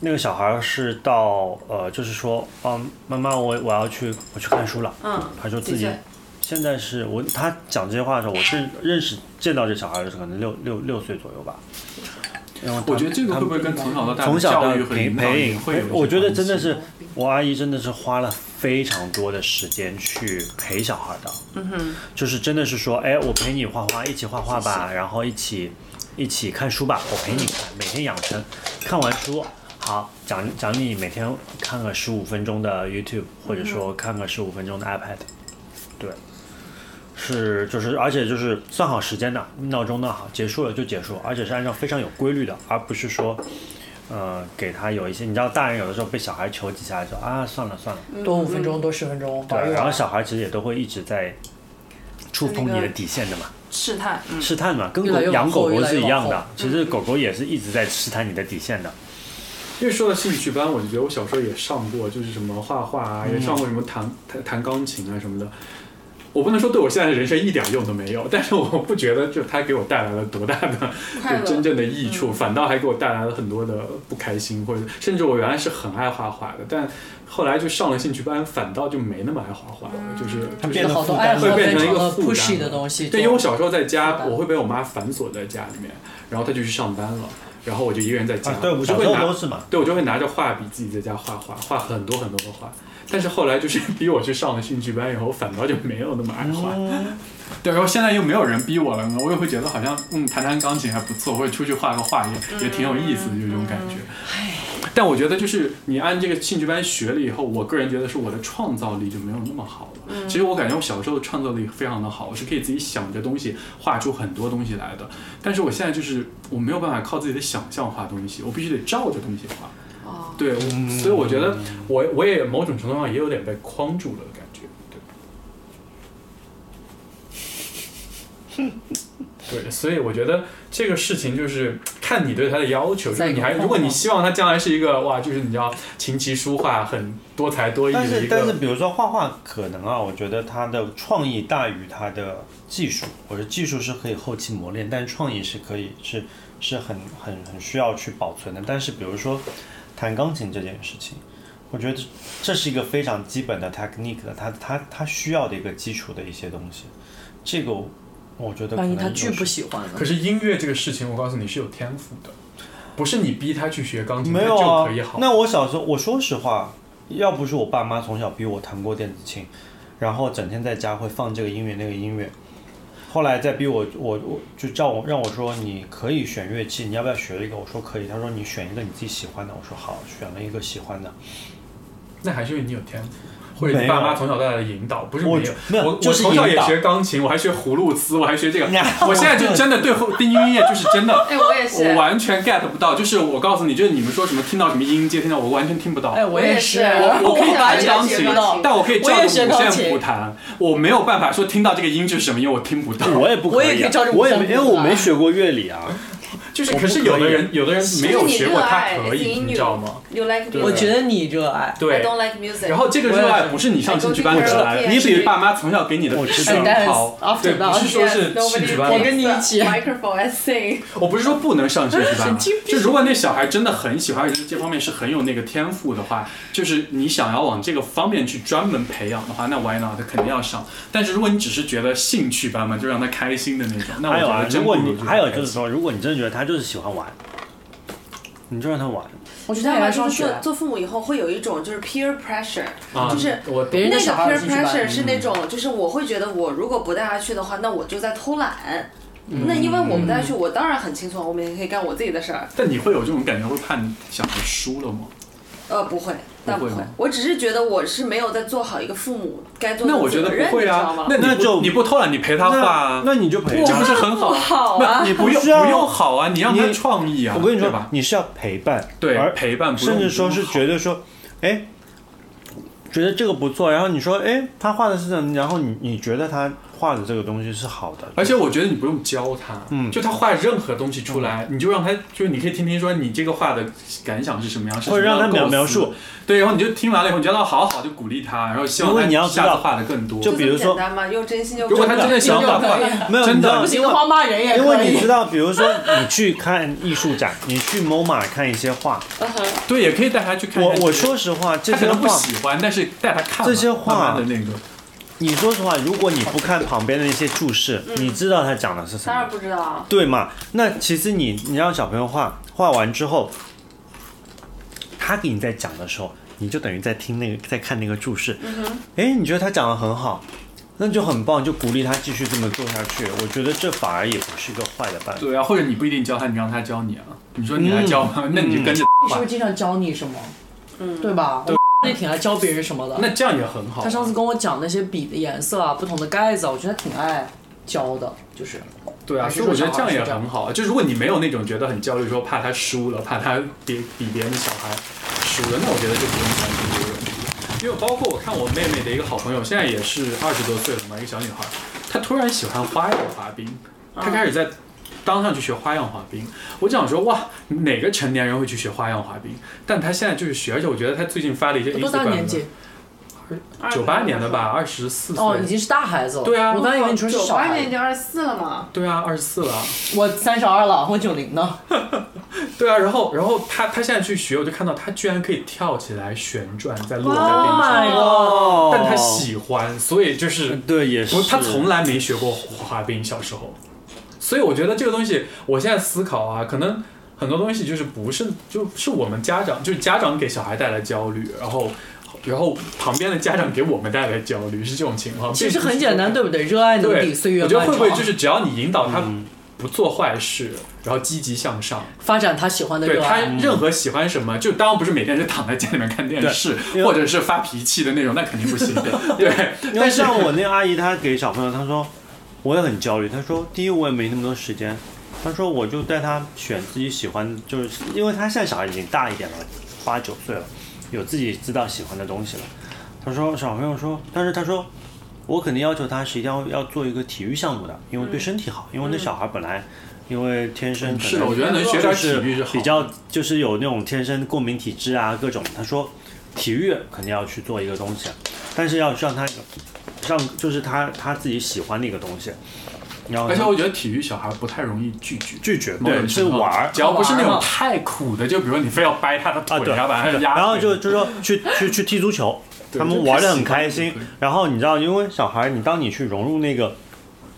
那个小孩儿是到呃，就是说，嗯，妈妈，我我要去我去看书了。
嗯，
他说自
几
己
岁
现在是我他讲这些话的时候，我是认识见到这小孩儿的时候，可能六六六岁左右吧。然后他
我觉得这个会不会跟从小到大
从
的
小到
教育和
培
引导
培
也
养
会有一些关系？
我觉得真的是我阿姨真的是花了非常多的时间去陪小孩的。嗯哼，就是真的是说，哎，我陪你画画，一起画画吧，然后一起一起看书吧，我陪你看，每天养成看完书。好，奖奖励你每天看个十五分钟的 YouTube，或者说看个十五分钟的 iPad，对，是就是，而且就是算好时间的，闹钟闹好，结束了就结束，而且是按照非常有规律的，而不是说，呃，给他有一些，你知道，大人有的时候被小孩求几下就啊，算了算了，
多五分钟，多十分钟，
对，
玩一
然后
玩。
小孩其实也都会一直在触碰你的底线的嘛，
试探，嗯，
试探嘛，跟
越
狗
来越往
养狗
后越嗯
狗
来越
是一
往
样
后
的，其实狗狗也是一直在试探你的底线的，
因为说到兴趣班，我就觉得我小时候也上过，就是什么画画啊，也上过什么弹弹弹钢琴啊什么的。我不能说对我现在的人生一点用都没有，但是我不觉得就它给我带来了多大的
快乐嗯
就真正的益处，反倒还给我带来了很多的不开心，或者甚至我原来是很爱画画的，但后来就上了兴趣班，反倒就没那么爱画画了，就是
它
就是
变得
好
负
多爱
担
好
会变
非
成一
常
个
的
负担
pushy 的东西，
对，因为我小时候在
是
家，
的
我会被我妈反锁在家里面，然后她就去上班了，然后我就一个人在家，
啊对我
我
们
就
小
会
时候
拿
都是嘛
对我就会拿着画笔自己在家画画，画很多很多的画。但是后来就是 逼我去上了兴趣班以后，我反倒就没有那么爱画。 对，然后现在又没有人逼我了呢，我也会觉得好像嗯，弹弹钢琴还不错，或者出去画个画也也挺有意思的，就这种感觉。但我觉得就是你按这个兴趣班学了以后，我个人觉得是我的创造力就没有那么好了。其实我感觉我小时候的创造力非常的好，我是可以自己想着东西画出很多东西来的。但是我现在就是我没有办法靠自己的想象画东西，我必须得照着东西画。
哦，
对，我
嗯
所以我觉得我我也某种程度上也有点被框住了的感觉。 对，对，所以我觉得这个事情就是看你对他的要求。如果
在
你还
有空
如果你
吗
希望他将来是一个哇，就是你知道琴棋书画很多才多艺
但
的
是
一
但是，
个，
比如说画画，可能啊，我觉得他的创意大于他的技术。我说技术是可以后期磨练，但创意是可以是是很很很需要去保存的。但是比如说弹钢琴这件事情，我觉得这是一个非常基本的 technique 的，它它它需要的一个基础的一些东西。这个我觉得
万一
可
他
能
巨
就是
不喜欢呢
可？是音乐这个事情，我告诉你是有天赋的，不是你逼他去学钢琴，
没有
他
啊
就可以好。。
那我小时候，我说实话，要不是我爸妈从小逼我弹过电子琴，然后整天在家会放这个音乐那个音乐，后来再逼我，我我就叫我让我说你可以选乐器，你要不要学一个？我说可以。他说你选一个你自己喜欢的。我说好，选了一个喜欢的。
那还是因为你有天赋，或者
没
你
有
爸妈从小到大的引导，不是
我
没有。
没有
我
就是
我从小
引
也
导
学钢琴，我还学葫芦丝，我还学 这个。我现在就真的对 后对音乐就是真的，
哎，我也是
我，完全 get 不到。就是我告诉你，就是你们说什么听到什么音阶，听到我完全听不到。
哎，我也是，
我也
我可以
完
弹
全
钢
学
琴
不到，
但我可以照
我
着
也
五
学钢琴
线谱弹，我没有办法说听到这个音是什么，因为我听不到。
我也不
我
可
也可以
以、啊
照着，
我也
五
没
线
因为
谱
我
啊
没学过乐理啊。
就是，
我不
可是有的
可以
人有的人没有学过，他可
就是
以，
你
你知
热
道
爱
吗？
You like music,
对
我觉得你哎热爱。
I
对。
don't like music。
然后这个热爱不是你上兴趣班得来的，
我
你
也
比
是
如爸妈从小给你的
我知道
熏
And
陶
dance，after
对，不
that
是说是兴趣班
我
的，
跟你一起
Microphone I sing。
我不是说不能上兴趣班啊
神经，
就如果那小孩真的很喜欢，而且这方面是很有那个天赋的话，就是你想要往这个方面去专门培养的话，那 why not？他肯定要上。但是如果你只是觉得兴趣班嘛，就让他开心的那种，那我
还有
觉
啊
得，
如
真不
果
如
你还有就是
开心
说，如果你真的觉得他就是喜欢玩，你就让他玩。
我觉
你
得
知道
他也
吗？
来
就
上
是
学
做，做父母以后会有一种就是 peer pressure，、
啊
就是
我
别人
那
的
个
小孩
peer
有兴趣
pressure
班，
是
嗯
那种，就是我会觉得我如果不带他去的话，那我就在偷懒。
嗯
那因为我不带他去，我当然很轻松，我每天可以干我自己的事儿。
但你会有这种感觉，会怕你小孩输了吗？
呃，不会，但
不会
会
吗。
我只是觉得我是没有在做好一个父母该做的
那我觉得
责任，
不会
你知道
啊
吗，
那你不
那就
你不偷懒，你陪他画啊，
那你就陪
这不
着。
是很好？
好
那
啊，
你
不
不用
是啊
不用好啊，你让他
你
创意啊，
我跟你
对
说
吧，，
你是要陪伴，
对
而
陪伴，不用
甚至说是
不用好
觉得说，哎，觉得这个不错，然后你说，哎，他画的是什么？然后你你觉得他画的这个东西是好的，
而且我觉得你不用教他，
嗯
就他画任何东西出来，你就让他，就是你可以听听说你这个画的感想是什么样，是
或者
什么样
让他
的
描
构思
描述，
对，然后你就听完了以后，你就让他好好的鼓励他，然后希望
因为
他
你要知
下
道
次画的更多。
就比如
这么
说
简单嘛，又真心又
如果他真的想把画，
没有，
真
你知
的
道
不，行的话骂人也可以。
因为你知道，比如说你去看艺术展，你去 MoMA 看一些画，
对，也可以带他去看
我
看这个。
我说实话，这
他可
些
能不
画，
喜欢，但是带他看嘛
这些画
慢慢的那个，
你说实话，如果你不看旁边的那些注释，
嗯
你知道他讲的是什
当
么
然，不知道啊。
对嘛？那其实你你让小朋友画，画完之后，他给你在讲的时候，你就等于在听那个，在看那个注释。哎、你觉得他讲的很好，那就很棒，就鼓励他继续这么做下去。我觉得这反而也不是一个坏的办法。
对啊，或者你不一定教他，你让他教你啊。你说你
嗯
来教吗？那你就跟着
你是
画
不是，经常教你什么？嗯，对吧？我也挺爱教别人什么的。
那这样也很好啊。
他上次跟我讲那些笔的颜色啊，不同的盖子啊，我觉得他挺爱教的，就是
对啊，
还是
所以我觉得
说
这样
小孩
也
是这样
很好啊。就如果你没有那种觉得很焦虑，说怕他输了，怕他别比别人的小孩输了，那我觉得就不用担心这个问题。因为包括我看我妹妹的一个好朋友，现在也是二十多岁了嘛，一个小女孩，她突然喜欢花样滑冰，她开始在当上去学花样滑冰。我就想说，哇，哪个成年人会去学花样滑冰？但她现在就是学，而且我觉得她最近发了一些
多大
Instagram，
年纪？
九八年的吧，二十四岁。
哦，已经是大孩子了。
对啊
我刚以为你说是
九
小
八
孩
年已。经二十四了嘛，
对啊，二十四了。
我三十二了，我九零呢。
对啊，然后然后他他现在去学，我就看到他居然可以跳起来旋转，再落在
Oh
地上，
my god！
哦
但他喜欢，所以就是
对也
不
是，
他从来没学过滑冰，小时候，所以我觉得这个东西，我现在思考啊，可能很多东西就是不是就是我们家长，就是家长给小孩带来焦虑，然后然后旁边的家长给我们带来焦虑，是这种情况。
其实
并不是
很简单，
说
对不对？热爱能抵岁月
我
漫
觉
长。
得会不会就是只要你引导他不做坏事，然后积极向上。
发展他喜欢的
对
热
他
嗯
爱？
任何喜欢什么，就当然不是每天就躺在家里面看电视，
因为
或者是发脾气的那种，那肯定不行。对，
因为
但是
像我那个阿姨，她给小朋友，她说我也很焦虑。她说，第一我也没那么多时间，她说我就带她选自己喜欢，就是因为她现在小孩已经大一点了，八九岁了，有自己知道喜欢的东西了。她说小朋友说，但是她说我肯定要求他是一定要要做一个体育项目的，因
嗯
为对身体好，因为那小孩本来。因为天生可能
是的，我觉得能学点
就
体
是
育是好的
比较就是有那种天生过敏体质啊，各种。他说，体育肯定要去做一个东西，啊但是要让他让就是他他自己喜欢的一个东西，然后
而且
他
我觉得体育小孩不太容易拒绝。
拒绝
某种
对是
情况
玩儿
只要不是那
好玩
种
嘛
太苦的，就比如你非要掰他的
啊
腿
对
啊，把他压，
然后就就说去去去踢足球，
对
他们
就
玩的
喜
很
欢
开
就
心
可以。
然后你知道，因为小孩，你当你去融入那个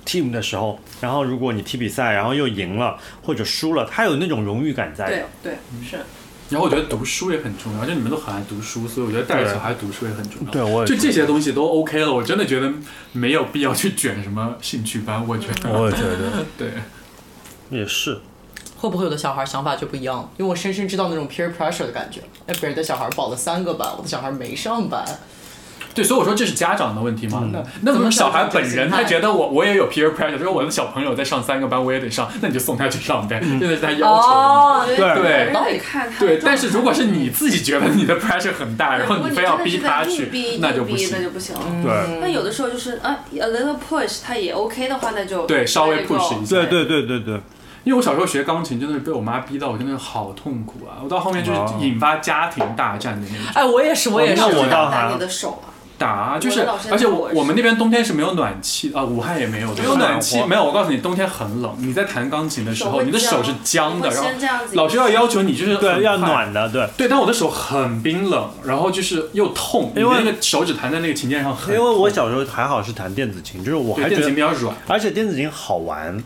team 的时候，然后如果你踢比赛，然后又赢了或者输了，他有那种荣誉感在
对
的。
对是，
然后我觉得读书也很重要，就你们都很爱读书，所以我觉得带着小孩读书也很重要。
对我也
就
觉
这些东西都 OK 了，我真的觉得没有必要去卷什么兴趣班，我觉得、
也觉得
对。
也是，
会不会有的小孩想法就不一样？因为我深深知道那种 peer pressure 的感觉。哎，别人的小孩报了三个班，我的小孩没上班。
对，所以我说这是家长的问题嘛。那那
怎么
小孩
调整
本
这个
人
心态
他觉得我我也有 peer pressure，就是我的小朋友在上三个班，我也得上，那你就送他去上呗， 这、是他要求的嘛。
哦
我觉
对
得每个
对
人都得看他的
对，
状态
但是如果是你自己觉得你的 pressure 很大，
对
然后
如果
你
你
非要逼他
真的是在
去
硬逼，
那就
硬
不
逼那
行。
就不行。
嗯
对。
那有的时候就是啊，a little push，他也 OK 的话，那就
对稍微 push 一下
对对对对对，
因为我小时候学钢琴，真的是被我妈逼到，我真的好痛苦啊！我到后面就是
哦
引发家庭大战的那种
哎，我也是，我也是。
哦
那我
打
倒还
打你的手啊，
打，就
我
是
的老师
而且我
也是
我们那边冬天是没有暖气啊，武汉也没有没有暖气，
我
没有。我告诉你，冬天很冷，你在弹钢琴的时
手
候，
会
你的手是僵的，
会
然后
先这样子
老师要要求你就是很
对，要
快。
暖的，对，
对，但我的手很冰冷，然后就是又痛，
因为
你的那个手指弹在那个琴键上很
因
痛，
为我小时候还好是弹电子琴，就是我
对
还
电
觉
琴比
得，
较软。
而且电子琴好玩，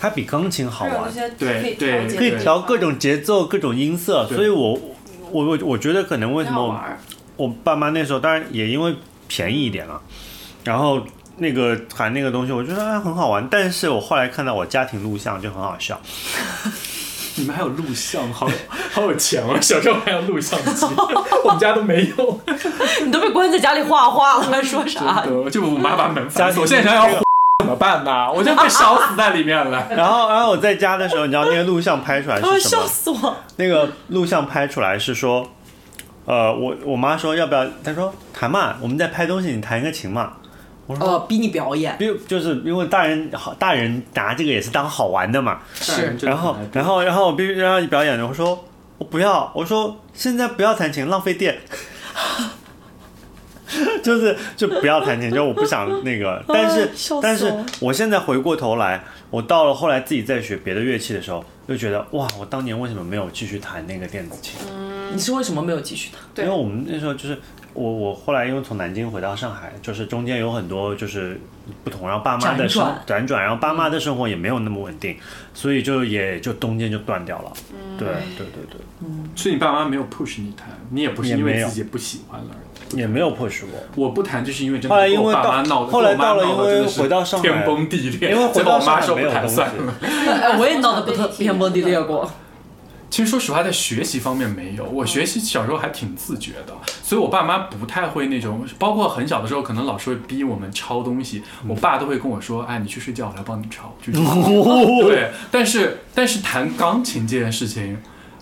它比钢琴好
这种
玩
东，西
对
可以
对
调节
可以
的
调各种节奏、各种音色，
对
所以我我我我觉得可能为什
很
么
好
我
玩儿。
我爸妈那时候当然也因为便宜一点啊，然后那个弹那个东西，我觉得、哎、很好玩。但是我后来看到我家庭录像就很好 笑，
你们还有录像，好 好有钱哦！小时候还有录像 机，我们家都没有。
你都被关在家里画画了，还说啥？
对，就我妈把门
家
反
庭
锁，现在想想要怎么办呢？我就被烧死在里面了。
然后然后我在家的时候，你知道那个录像拍出来
啊，
是什
笑
么？
死我！
那个录像拍出来是说，呃，我我妈说要不要？她说弹嘛，我们在拍东西，你弹一个琴嘛。我说。
呃，逼你表演，
因为就是因为大人好，大人拿这个也是当好玩的嘛。
是
然后，然后，然后我必须让你表演的。我说我不要，我说现在不要弹琴，浪费电。 就是就不要弹琴，就我不想那 个。但是、
哎笑死我
但是我现在回过头来，我到了后来自己在学别的乐器的时候，就觉得哇，我当年为什么没有继续弹那个电子琴？
你是为什么没有继续的？
对
因为我们那时候就是我我后来因为从南京回到上海，就是中间有很多就是不同，然后爸妈的
辗
生
转
辗转，然后爸妈的生活也没有那么稳定，所以就也就中间就断掉了。
嗯
对对对对，
所以你爸妈没有 push 你弹，你也不是
也
因
没
为
有
自己不喜欢了。
也没有迫使我。
我不弹就是因为真的
后来
跟
因为
我爸
到
妈闹的，
后来
跟我妈
到了
闹
因
得真
为
的是
回到上海
天崩地裂，
因为回
最后
到
我妈
上海
说
没有
不弹
东西
算了。
哎，我也闹得不特天崩地裂过。
其实说实话，在学习方面没有，我学习小时候还挺自觉的，所以我爸妈不太会那种，包括很小的时候，可能老师会逼我们抄东西，我爸都会跟我说：“哎，你去睡觉，我来帮你抄。”就这种。 对，但是但是弹钢琴这件事情。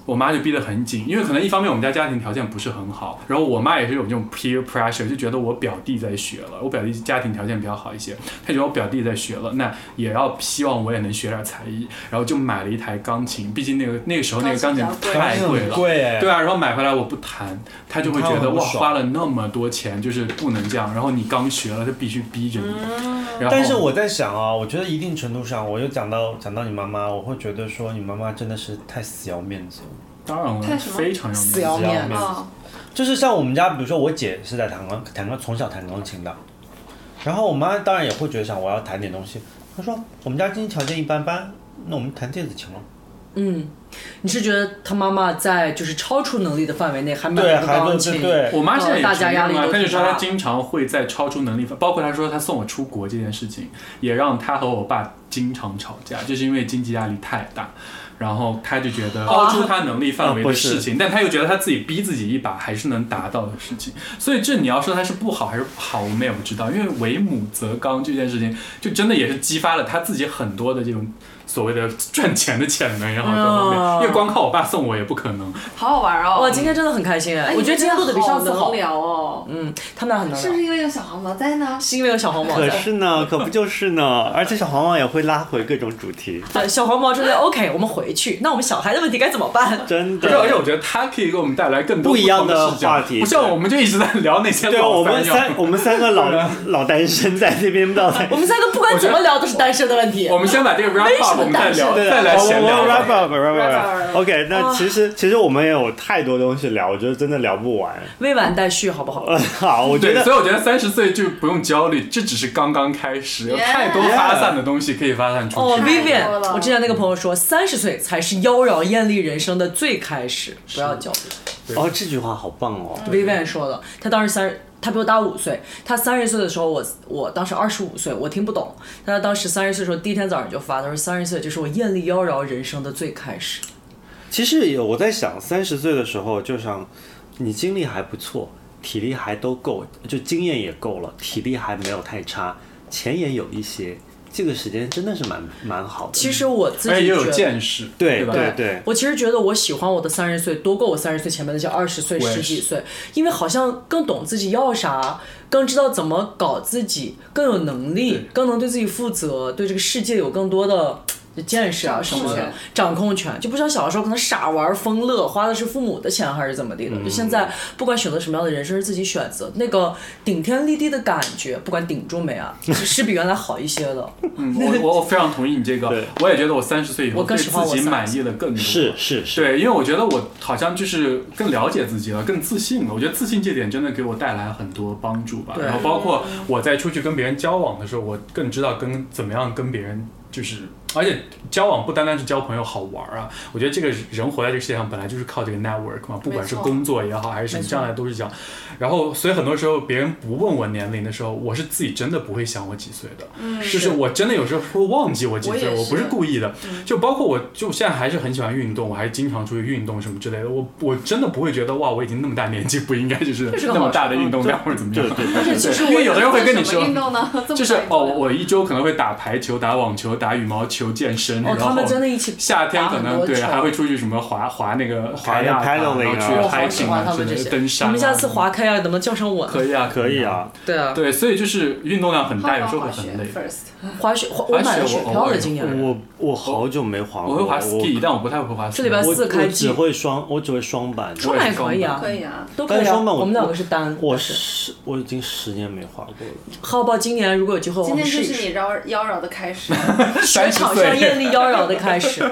我妈就逼得很紧，因为可能一方面我们家家庭条件不是很好，然后我妈也是有这种 peer pressure，就觉得我表弟在学了，我表弟家庭条件比较好一些，她觉得我表弟在学了，那也要希望我也能学点才艺，然后就买了一台钢琴，毕竟那个那个时候那个钢琴太贵了，
贵哎
对啊，然后买回来我不弹，他就会觉
你看
得
我很
哇，
爽
花了那么多钱，就是不能这样。然后你刚学了，他必须逼着你。然后
但是我在想啊，我觉得一定程度上，我又讲到讲到你妈妈，我会觉得说你妈妈真的是太死要面子了。
当然了，
太什么
非常有
死要
面子
面子。
啊，
就是像我们家，比如说我姐是在弹钢弹钢从小弹钢琴的，然后我妈当然也会觉得想我要弹点东西，她说我们家经济条件一般般，那我们弹电子琴了。
嗯，你是觉得他妈妈在就是超出能力的范围内还买
对，
了个
还
钢
对
琴？
对对，
我妈现在也
哦大
是
家
这
压
样
力
啊
都，
她就
挺
说她
大。
经常会在超出能力范，包括她说她送我出国这件事情，也让她和我爸经常吵架，就是因为经济压力太大。然后她就觉得
哦
超出她能力范围
啊不
的
是
事情，但她又觉得她自己逼自己一把还是能达到的事情，所以这你要说她是不好还是不好，我们也不知道，因为为母则刚这件事情，就真的也是激发了她自己很多的这种所谓的赚钱的潜能，然后各方面，
嗯
因为光靠我爸送我也不可能，
好好玩哦。
哇，今天真的很开心哎！
哎
我觉得今天录的比上次
好
好
能。聊哦，
嗯，他们俩很能
是不
聊，
是因为有小黄毛在呢？
是因为有小黄毛
可
在。
是呢，可不就是呢，而且小黄毛也会拉回各种主 题，
对，呃小黄毛说的 OK，我们回去。那我们小孩的问题该怎么办？
真
不是，而且
的。
我觉得他可以给我们带来更多
不一样
同
的
的视角
话题
不像我们就一直在聊那些
对，
老
我们
三样
三我们三个 老老单身在那边到底
我们三个不管怎么聊都是单身的问题
我。们先把这个 wrap
为什
up，
么
们再聊，
对
再来闲聊
我们
吧。
wrap up，wrap
up
up。OK，那啊其实其实我们也有太多东西聊，我觉得真的聊不完。
未完待续，好不好？
呃好，我觉
对，
得
所以我觉得三十岁就不用焦虑，这只是刚刚开始，有
Yeah
太多发散的东西可以发散出
哦
去。
太多
，Vivian，
了
我之前那个朋友说，三十岁才是妖娆艳丽人生的最开始，不要焦
哦，这句话好棒哦。
虑。Vivian 说的，他当时三十，他比我大五岁，他三十岁的时候，我我当时二十五岁，我听不懂，但他当时三十岁的时候，第一天早上就发，他说三十岁就是我艳丽妖娆人生的最开始。
其实也我在想，三十岁的时候就想，你精力还不错，体力还都够，就经验也够了，体力还没有太差，钱也有一些，这个时间真的是蛮蛮好的。
其实我自
而且
哎
己
也
觉
有
得。
见识，
对
吧？
对对，
我其实觉得我喜欢我的三十岁多过我三十岁前面那些二十岁、
我也是
十几岁，因为好像更懂自己要啥，更知道怎么搞自己，更有能力
对，
更能对自己负责，对这个世界有更多的。见识啊什么的
掌控权，
掌控权就不像小的时候可能傻玩疯乐，花的是父母的钱还是怎么地的。就现在不管选择什么样的人生是自己选择，那个顶天立地的感觉，不管顶住没啊，是比原来好一些的。哦
嗯，我我我非常同意你这个
对，
我也觉得我三十岁以后
我
对
更喜欢
自
我
己
30
满意的更多。
是是是。
对，因为我觉得我好像就是更了解自己了，更自信了。我觉得自信这点真的给我带来很多帮助吧。
对
然后包括我在出去跟别人交往的时候，我更知道跟怎么样跟别人就是，而且交往不单单是交朋友好玩儿啊，我觉得这个人活在这个世界上本来就是靠这个 network 嘛，不管是
没错
工作也好还是什么，将来都是这样。然后所以很多时候别人不问我年龄的时候，我是自己真的不会想我几岁的，就是我真的有时候会忘记我几岁，
我也
我
是
不是故意的。
嗯
就包括我，就现在还是很喜欢运动，我还经常出去运动什么之类的。我我真的不会觉得哇，我已经那么大年纪不应该就是
是个
那么
好
大的运动量或者怎么样。
对
而且其实
对因为
我
有的人会跟你
做什么
说
运动呢，这 么
就是
大一
哦，
个
我一周可能会打排球、打网球、打羽毛球、健身，
哦，
然
他
后
们真的一起
夏天可
打很
能
多
对
球
还会出去什么滑滑那个滑呀，
Kayak
然后
paddling 啊
我
去
好喜
hiking
欢
啊
哦他
之
们这
类
些
的，登山啊。
你们下次滑开啊，能不能叫上我呢？
可以啊，
可以。啊，
对啊，
对，所以就是运动量很大，有时候会
滑雪
很累。
first，
滑雪，滑我买了雪
滑
票
雪
了，
我
今年。
我我好久没滑过，
我会滑
我
ski，但我不太会滑 ski。
这礼拜
我
四开
我
机
只会双，我只会双板。
出来也可以啊，
可以啊，
都可以
但是
啊。
双板我
我们两个是单，
我
是。
十，我已经十年没滑过了。
浩报今年如果有机会，我
今
们
天就
试一
是
试
你。妖妖娆的开始，
三十
场上艳
岁
丽妖娆的开 始。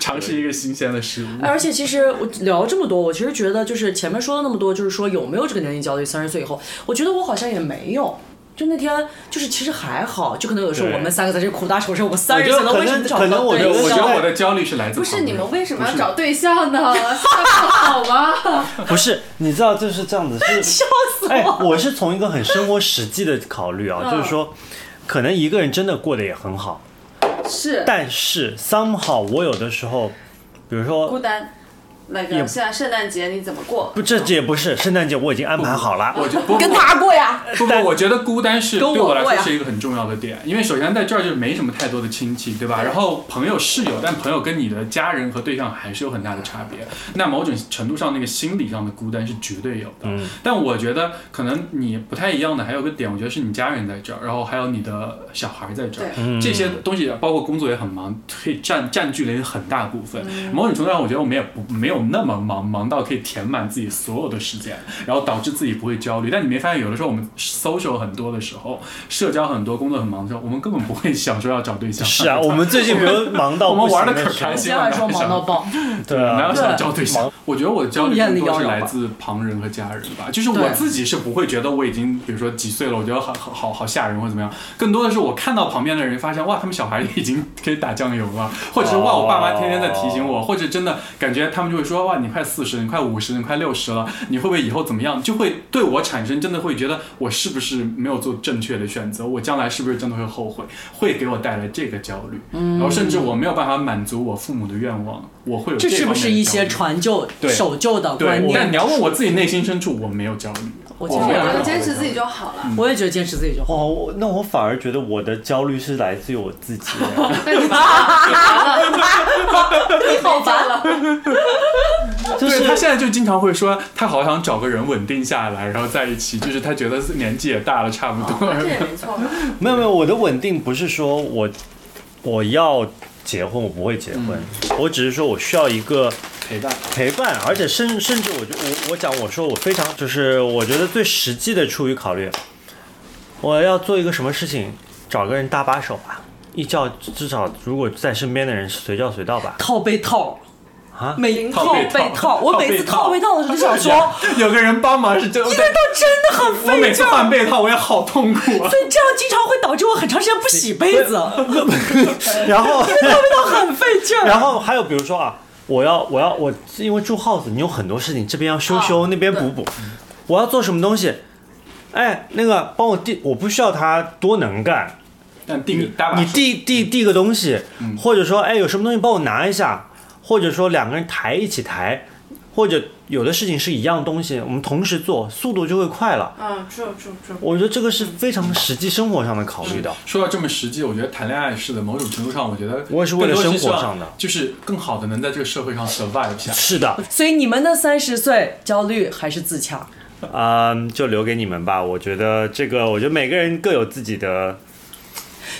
尝试一个新鲜的事物。
哎而且其实我聊这么多，我其实觉得就是前面说了那么多，就是说有没有这个年龄焦虑？三十岁以后，我觉得我好像也没有。就那天，就是其实还好，就可能有的时候
对
我们三个在这苦大仇深，我三十
我觉
岁
得
了，
可
为什么
能
找
可
不
能
到
我
对
觉得
我
象
觉得我的焦虑是来自
不是
旁
你
边
们为什么
不
要
是
找对象呢？下不 好吗？
不是，你知道就是这样子，是笑死我！ 哎，我是从一个很生活实际的考虑啊，就是说，可能一个人真的过得也很好，
是
但是 somehow 我有的时候，比如
孤
说。
单。那个
也
现在圣诞节你怎么过？
不，这这也不是圣诞节，我已经安排好了。
我觉不
跟他过呀，
不不，我觉得孤单是
跟我
对我来
过
说
呀
是一个很重要的点，因为首先在这儿就没什么太多的亲戚，对吧？然后朋友是有，但朋友跟你的家人和对象还是有很大的差别。那某种程度上，那个心理上的孤单是绝对有的。
嗯
但我觉得可能你不太一样的还有个点，我觉得是你家人在这儿，然后还有你的小孩在这儿
对，
嗯
这些东西包括工作也很忙，可以占占据了一很大部分。某种程度上，我觉得我们也不没有那么忙，忙到可以填满自己所有的时间，然后导致自己不会焦虑。但你没发现，有的时候我们 social 很多的时候，社交很多，工作很忙的时候，我们根本不会想说要找对象。
是啊，我们最近比如忙到
我们
不行
玩得可
时候
开
今
心
天晚上忙到爆。
对
哪
啊
有，想交对象
忙？
我觉得我的焦虑
艳
更
丽
多是
妖娆吧
来自旁人和家人吧，就是我
对
自己是不会觉得我已经，比如说几岁了，我觉得好好好好吓人或怎么样。更多的是我看到旁边的人，发现哇，他们小孩已经可以打酱油了，或者是哇，
哦
我爸妈天天在提醒我，或者真的感觉他们就会说哇，你快四十，你快五十，你快六十了，你会不会以后怎么样？就会对我产生真的会觉得我是不是没有做正确的选择，我将来是不是真的会后悔，会给我带来这个焦虑，然后甚至我没有办法满足我父母的愿望，我会有
这是
方
不
面
是
的
一
焦
些
虑
传旧
对、
守旧的
对
观，
但
念
你？要问我自己内心深处，我没有焦虑，
我
没
觉
有
得
我
任何
觉得
的
坚持自己
焦虑。
就好了。
我也觉得坚持自己就好。
哦，我那我反而觉得我的焦虑是来自于我自己。
但 你完了，
你好 烦了，
就是
对他现在就经常会说，他好想找个人稳定下来，然后在一起。就是他觉得年纪也大了，差不多。
这也没错吧。
没有没有，我的稳定不是说我我要结婚，我不会结婚，我只是说我需要一个
陪伴，
陪伴，而且甚甚至我就我我讲我说我非常就是我觉得最实际的出于考虑，我要做一个什么事情，找个人搭把手吧。一叫至少如果在身边的人是随叫随到吧。
套被套
啊
每
套
套
被
被
套
套，我每次
套
套
被
被
套
套的时候就想说，
有个人帮忙是真的，
这都真的很
我每
费
次
劲儿。
换被套我也好痛苦啊
所。以这样经常会导致我很长时间不洗被子，套
然后，
被套很费劲儿。
然后还有比如说啊，我要我要我因为住 house，你有很多事情，这边要修修，那边补补，我要做什么东西，哎，那个帮我递，我不需要他多能干，
但定大把
你递递递个东西，或者说哎有什么东西帮我拿一下，或者说两个人抬一起抬，或者有的事情是一样东西，我们同时做，速度就会快了。
嗯，住住住。
我觉得这个是非常实际生活上的考虑的。
说到这么实际，我觉得谈恋爱是的，某种程度上，我觉得
我也是为了
更多
生活
希望
上的
就是更好的能在这个社会上 survive 下。
是的，
所以你们的三十岁焦虑还是自洽？
嗯，就留给你们吧。我觉得这个，我觉得每个人各有自己的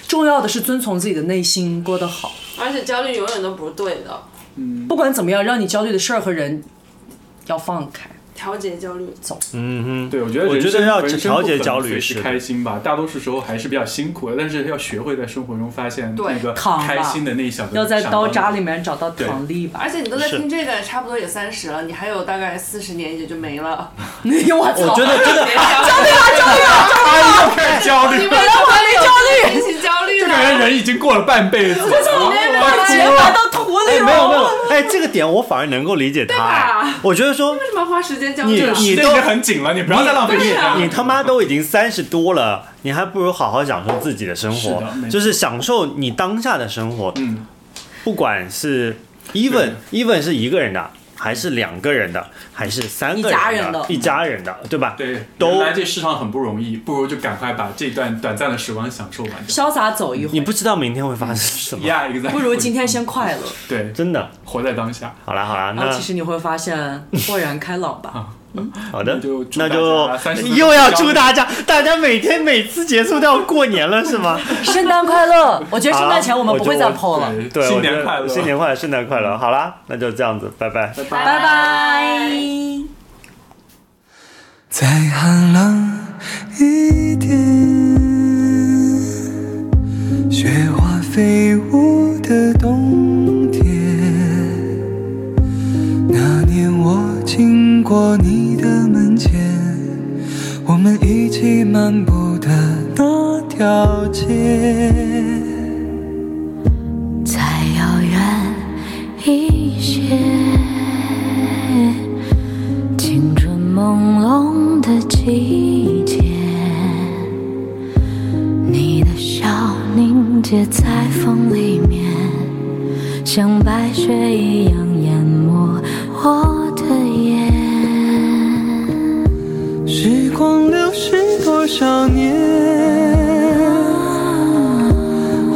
重要的是遵从自己的内心，过得好。
而且焦虑永远都不是对的，
不管怎么样，让你焦虑的事儿和人要放开。
调节焦虑。
嗯哼，
对，我觉得
我
人
觉
生
得要
人生
调节
不可能
焦虑
随
是
时
的
开心吧，大多数时候还是比较辛苦的，但是要学会在生活中发现
对
那个
扛吧
开心的那一小个
要在
闪
刀
光
扎
点
里面找到糖粒吧
而。且你都在
是
听这个，差不多也三十了，你还有大概四十年也就没了。
我
我
操！
觉得 真的
别焦虑，
啊开始焦虑，
让我没焦虑，引起焦虑
就感觉人已经过了半辈子了。
把钱埋到土里
哎，
了。
没有没有，哎，这个点我反而能够理解他。哎我觉得说
为什么要花时间焦
你
虑啊？
时
你
间
都
已经很紧了，你不要再浪费时间
啊
了。
你他妈都已经三十多了，你还不如好好享受自己的生
是
活
的没，错
就是享受你当下的生活，
嗯，
不管是 even even 是一个人的。还是两个人的，还是三个
一家
人
人的
一家人的，对吧？
对，
都
原来这世上很不容易，不如就赶快把这段短暂的时光享受完就好。
潇洒走一
你
回，
不知道明天会发生什么，
呀，一个
不如今天先快乐。
对，
真的。
活在当下。
好啦好啦，
啊
然后
那
其实你会 发现豁然开朗吧。
好的
那就，祝
那
大家三十
就
岁
又要
高
祝
兴
大家，大家每天每次结束都要过年了，是 吗？
圣诞快乐！我觉得圣诞前
好
我们不会再
我觉得
PO 了。
对
对，
新
我觉
年
得
快乐，
新年快乐，圣诞快乐。好啦，那就这样子，拜拜。
拜拜。
再寒冷一点，雪花飞舞的冬天。那年我经过你的门前，我们一起漫步的那条街。
再遥远一些，青春朦胧的季节，你的笑凝结在风里面，像白雪一样淹没我的眼。
时光流逝多少年，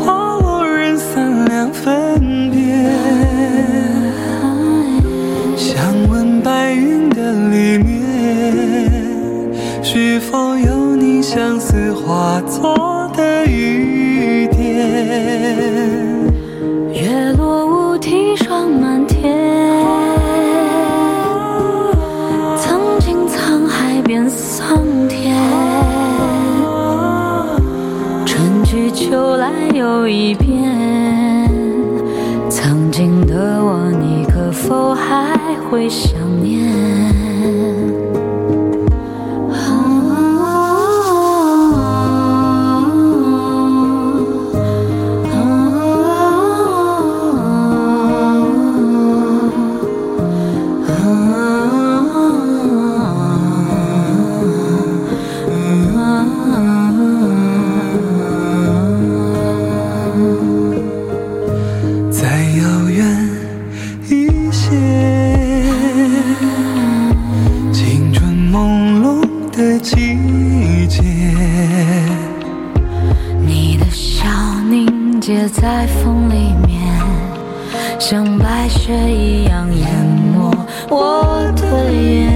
花落人散两分别。想问白云的里面，是否有你相思化作的雨点？
月落乌啼霜满天，曾经沧海变桑田。春去秋来又一遍，曾经的我，你可否还会想念？啊啊，
再遥远一些，青春朦胧的季节，
你的笑凝结在风里面，像白雪一样淹没我的眼。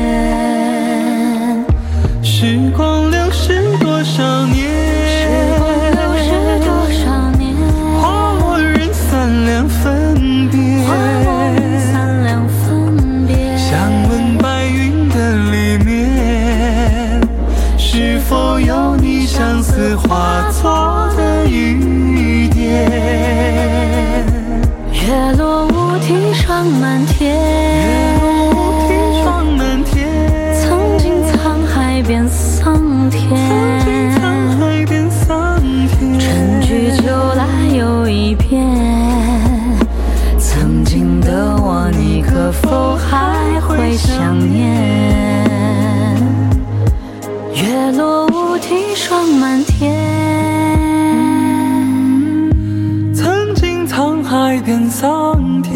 时光流逝多少年，
时光流逝多少年，
花落人散两分别。
花落人散两分别。
想问白云的里面，是否有你相思化作的雨点？
念。月落乌啼霜满天，
曾经沧海变桑田。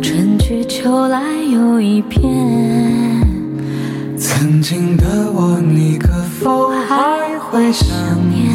春去秋来又一遍。
曾经的我，你可否还会想念？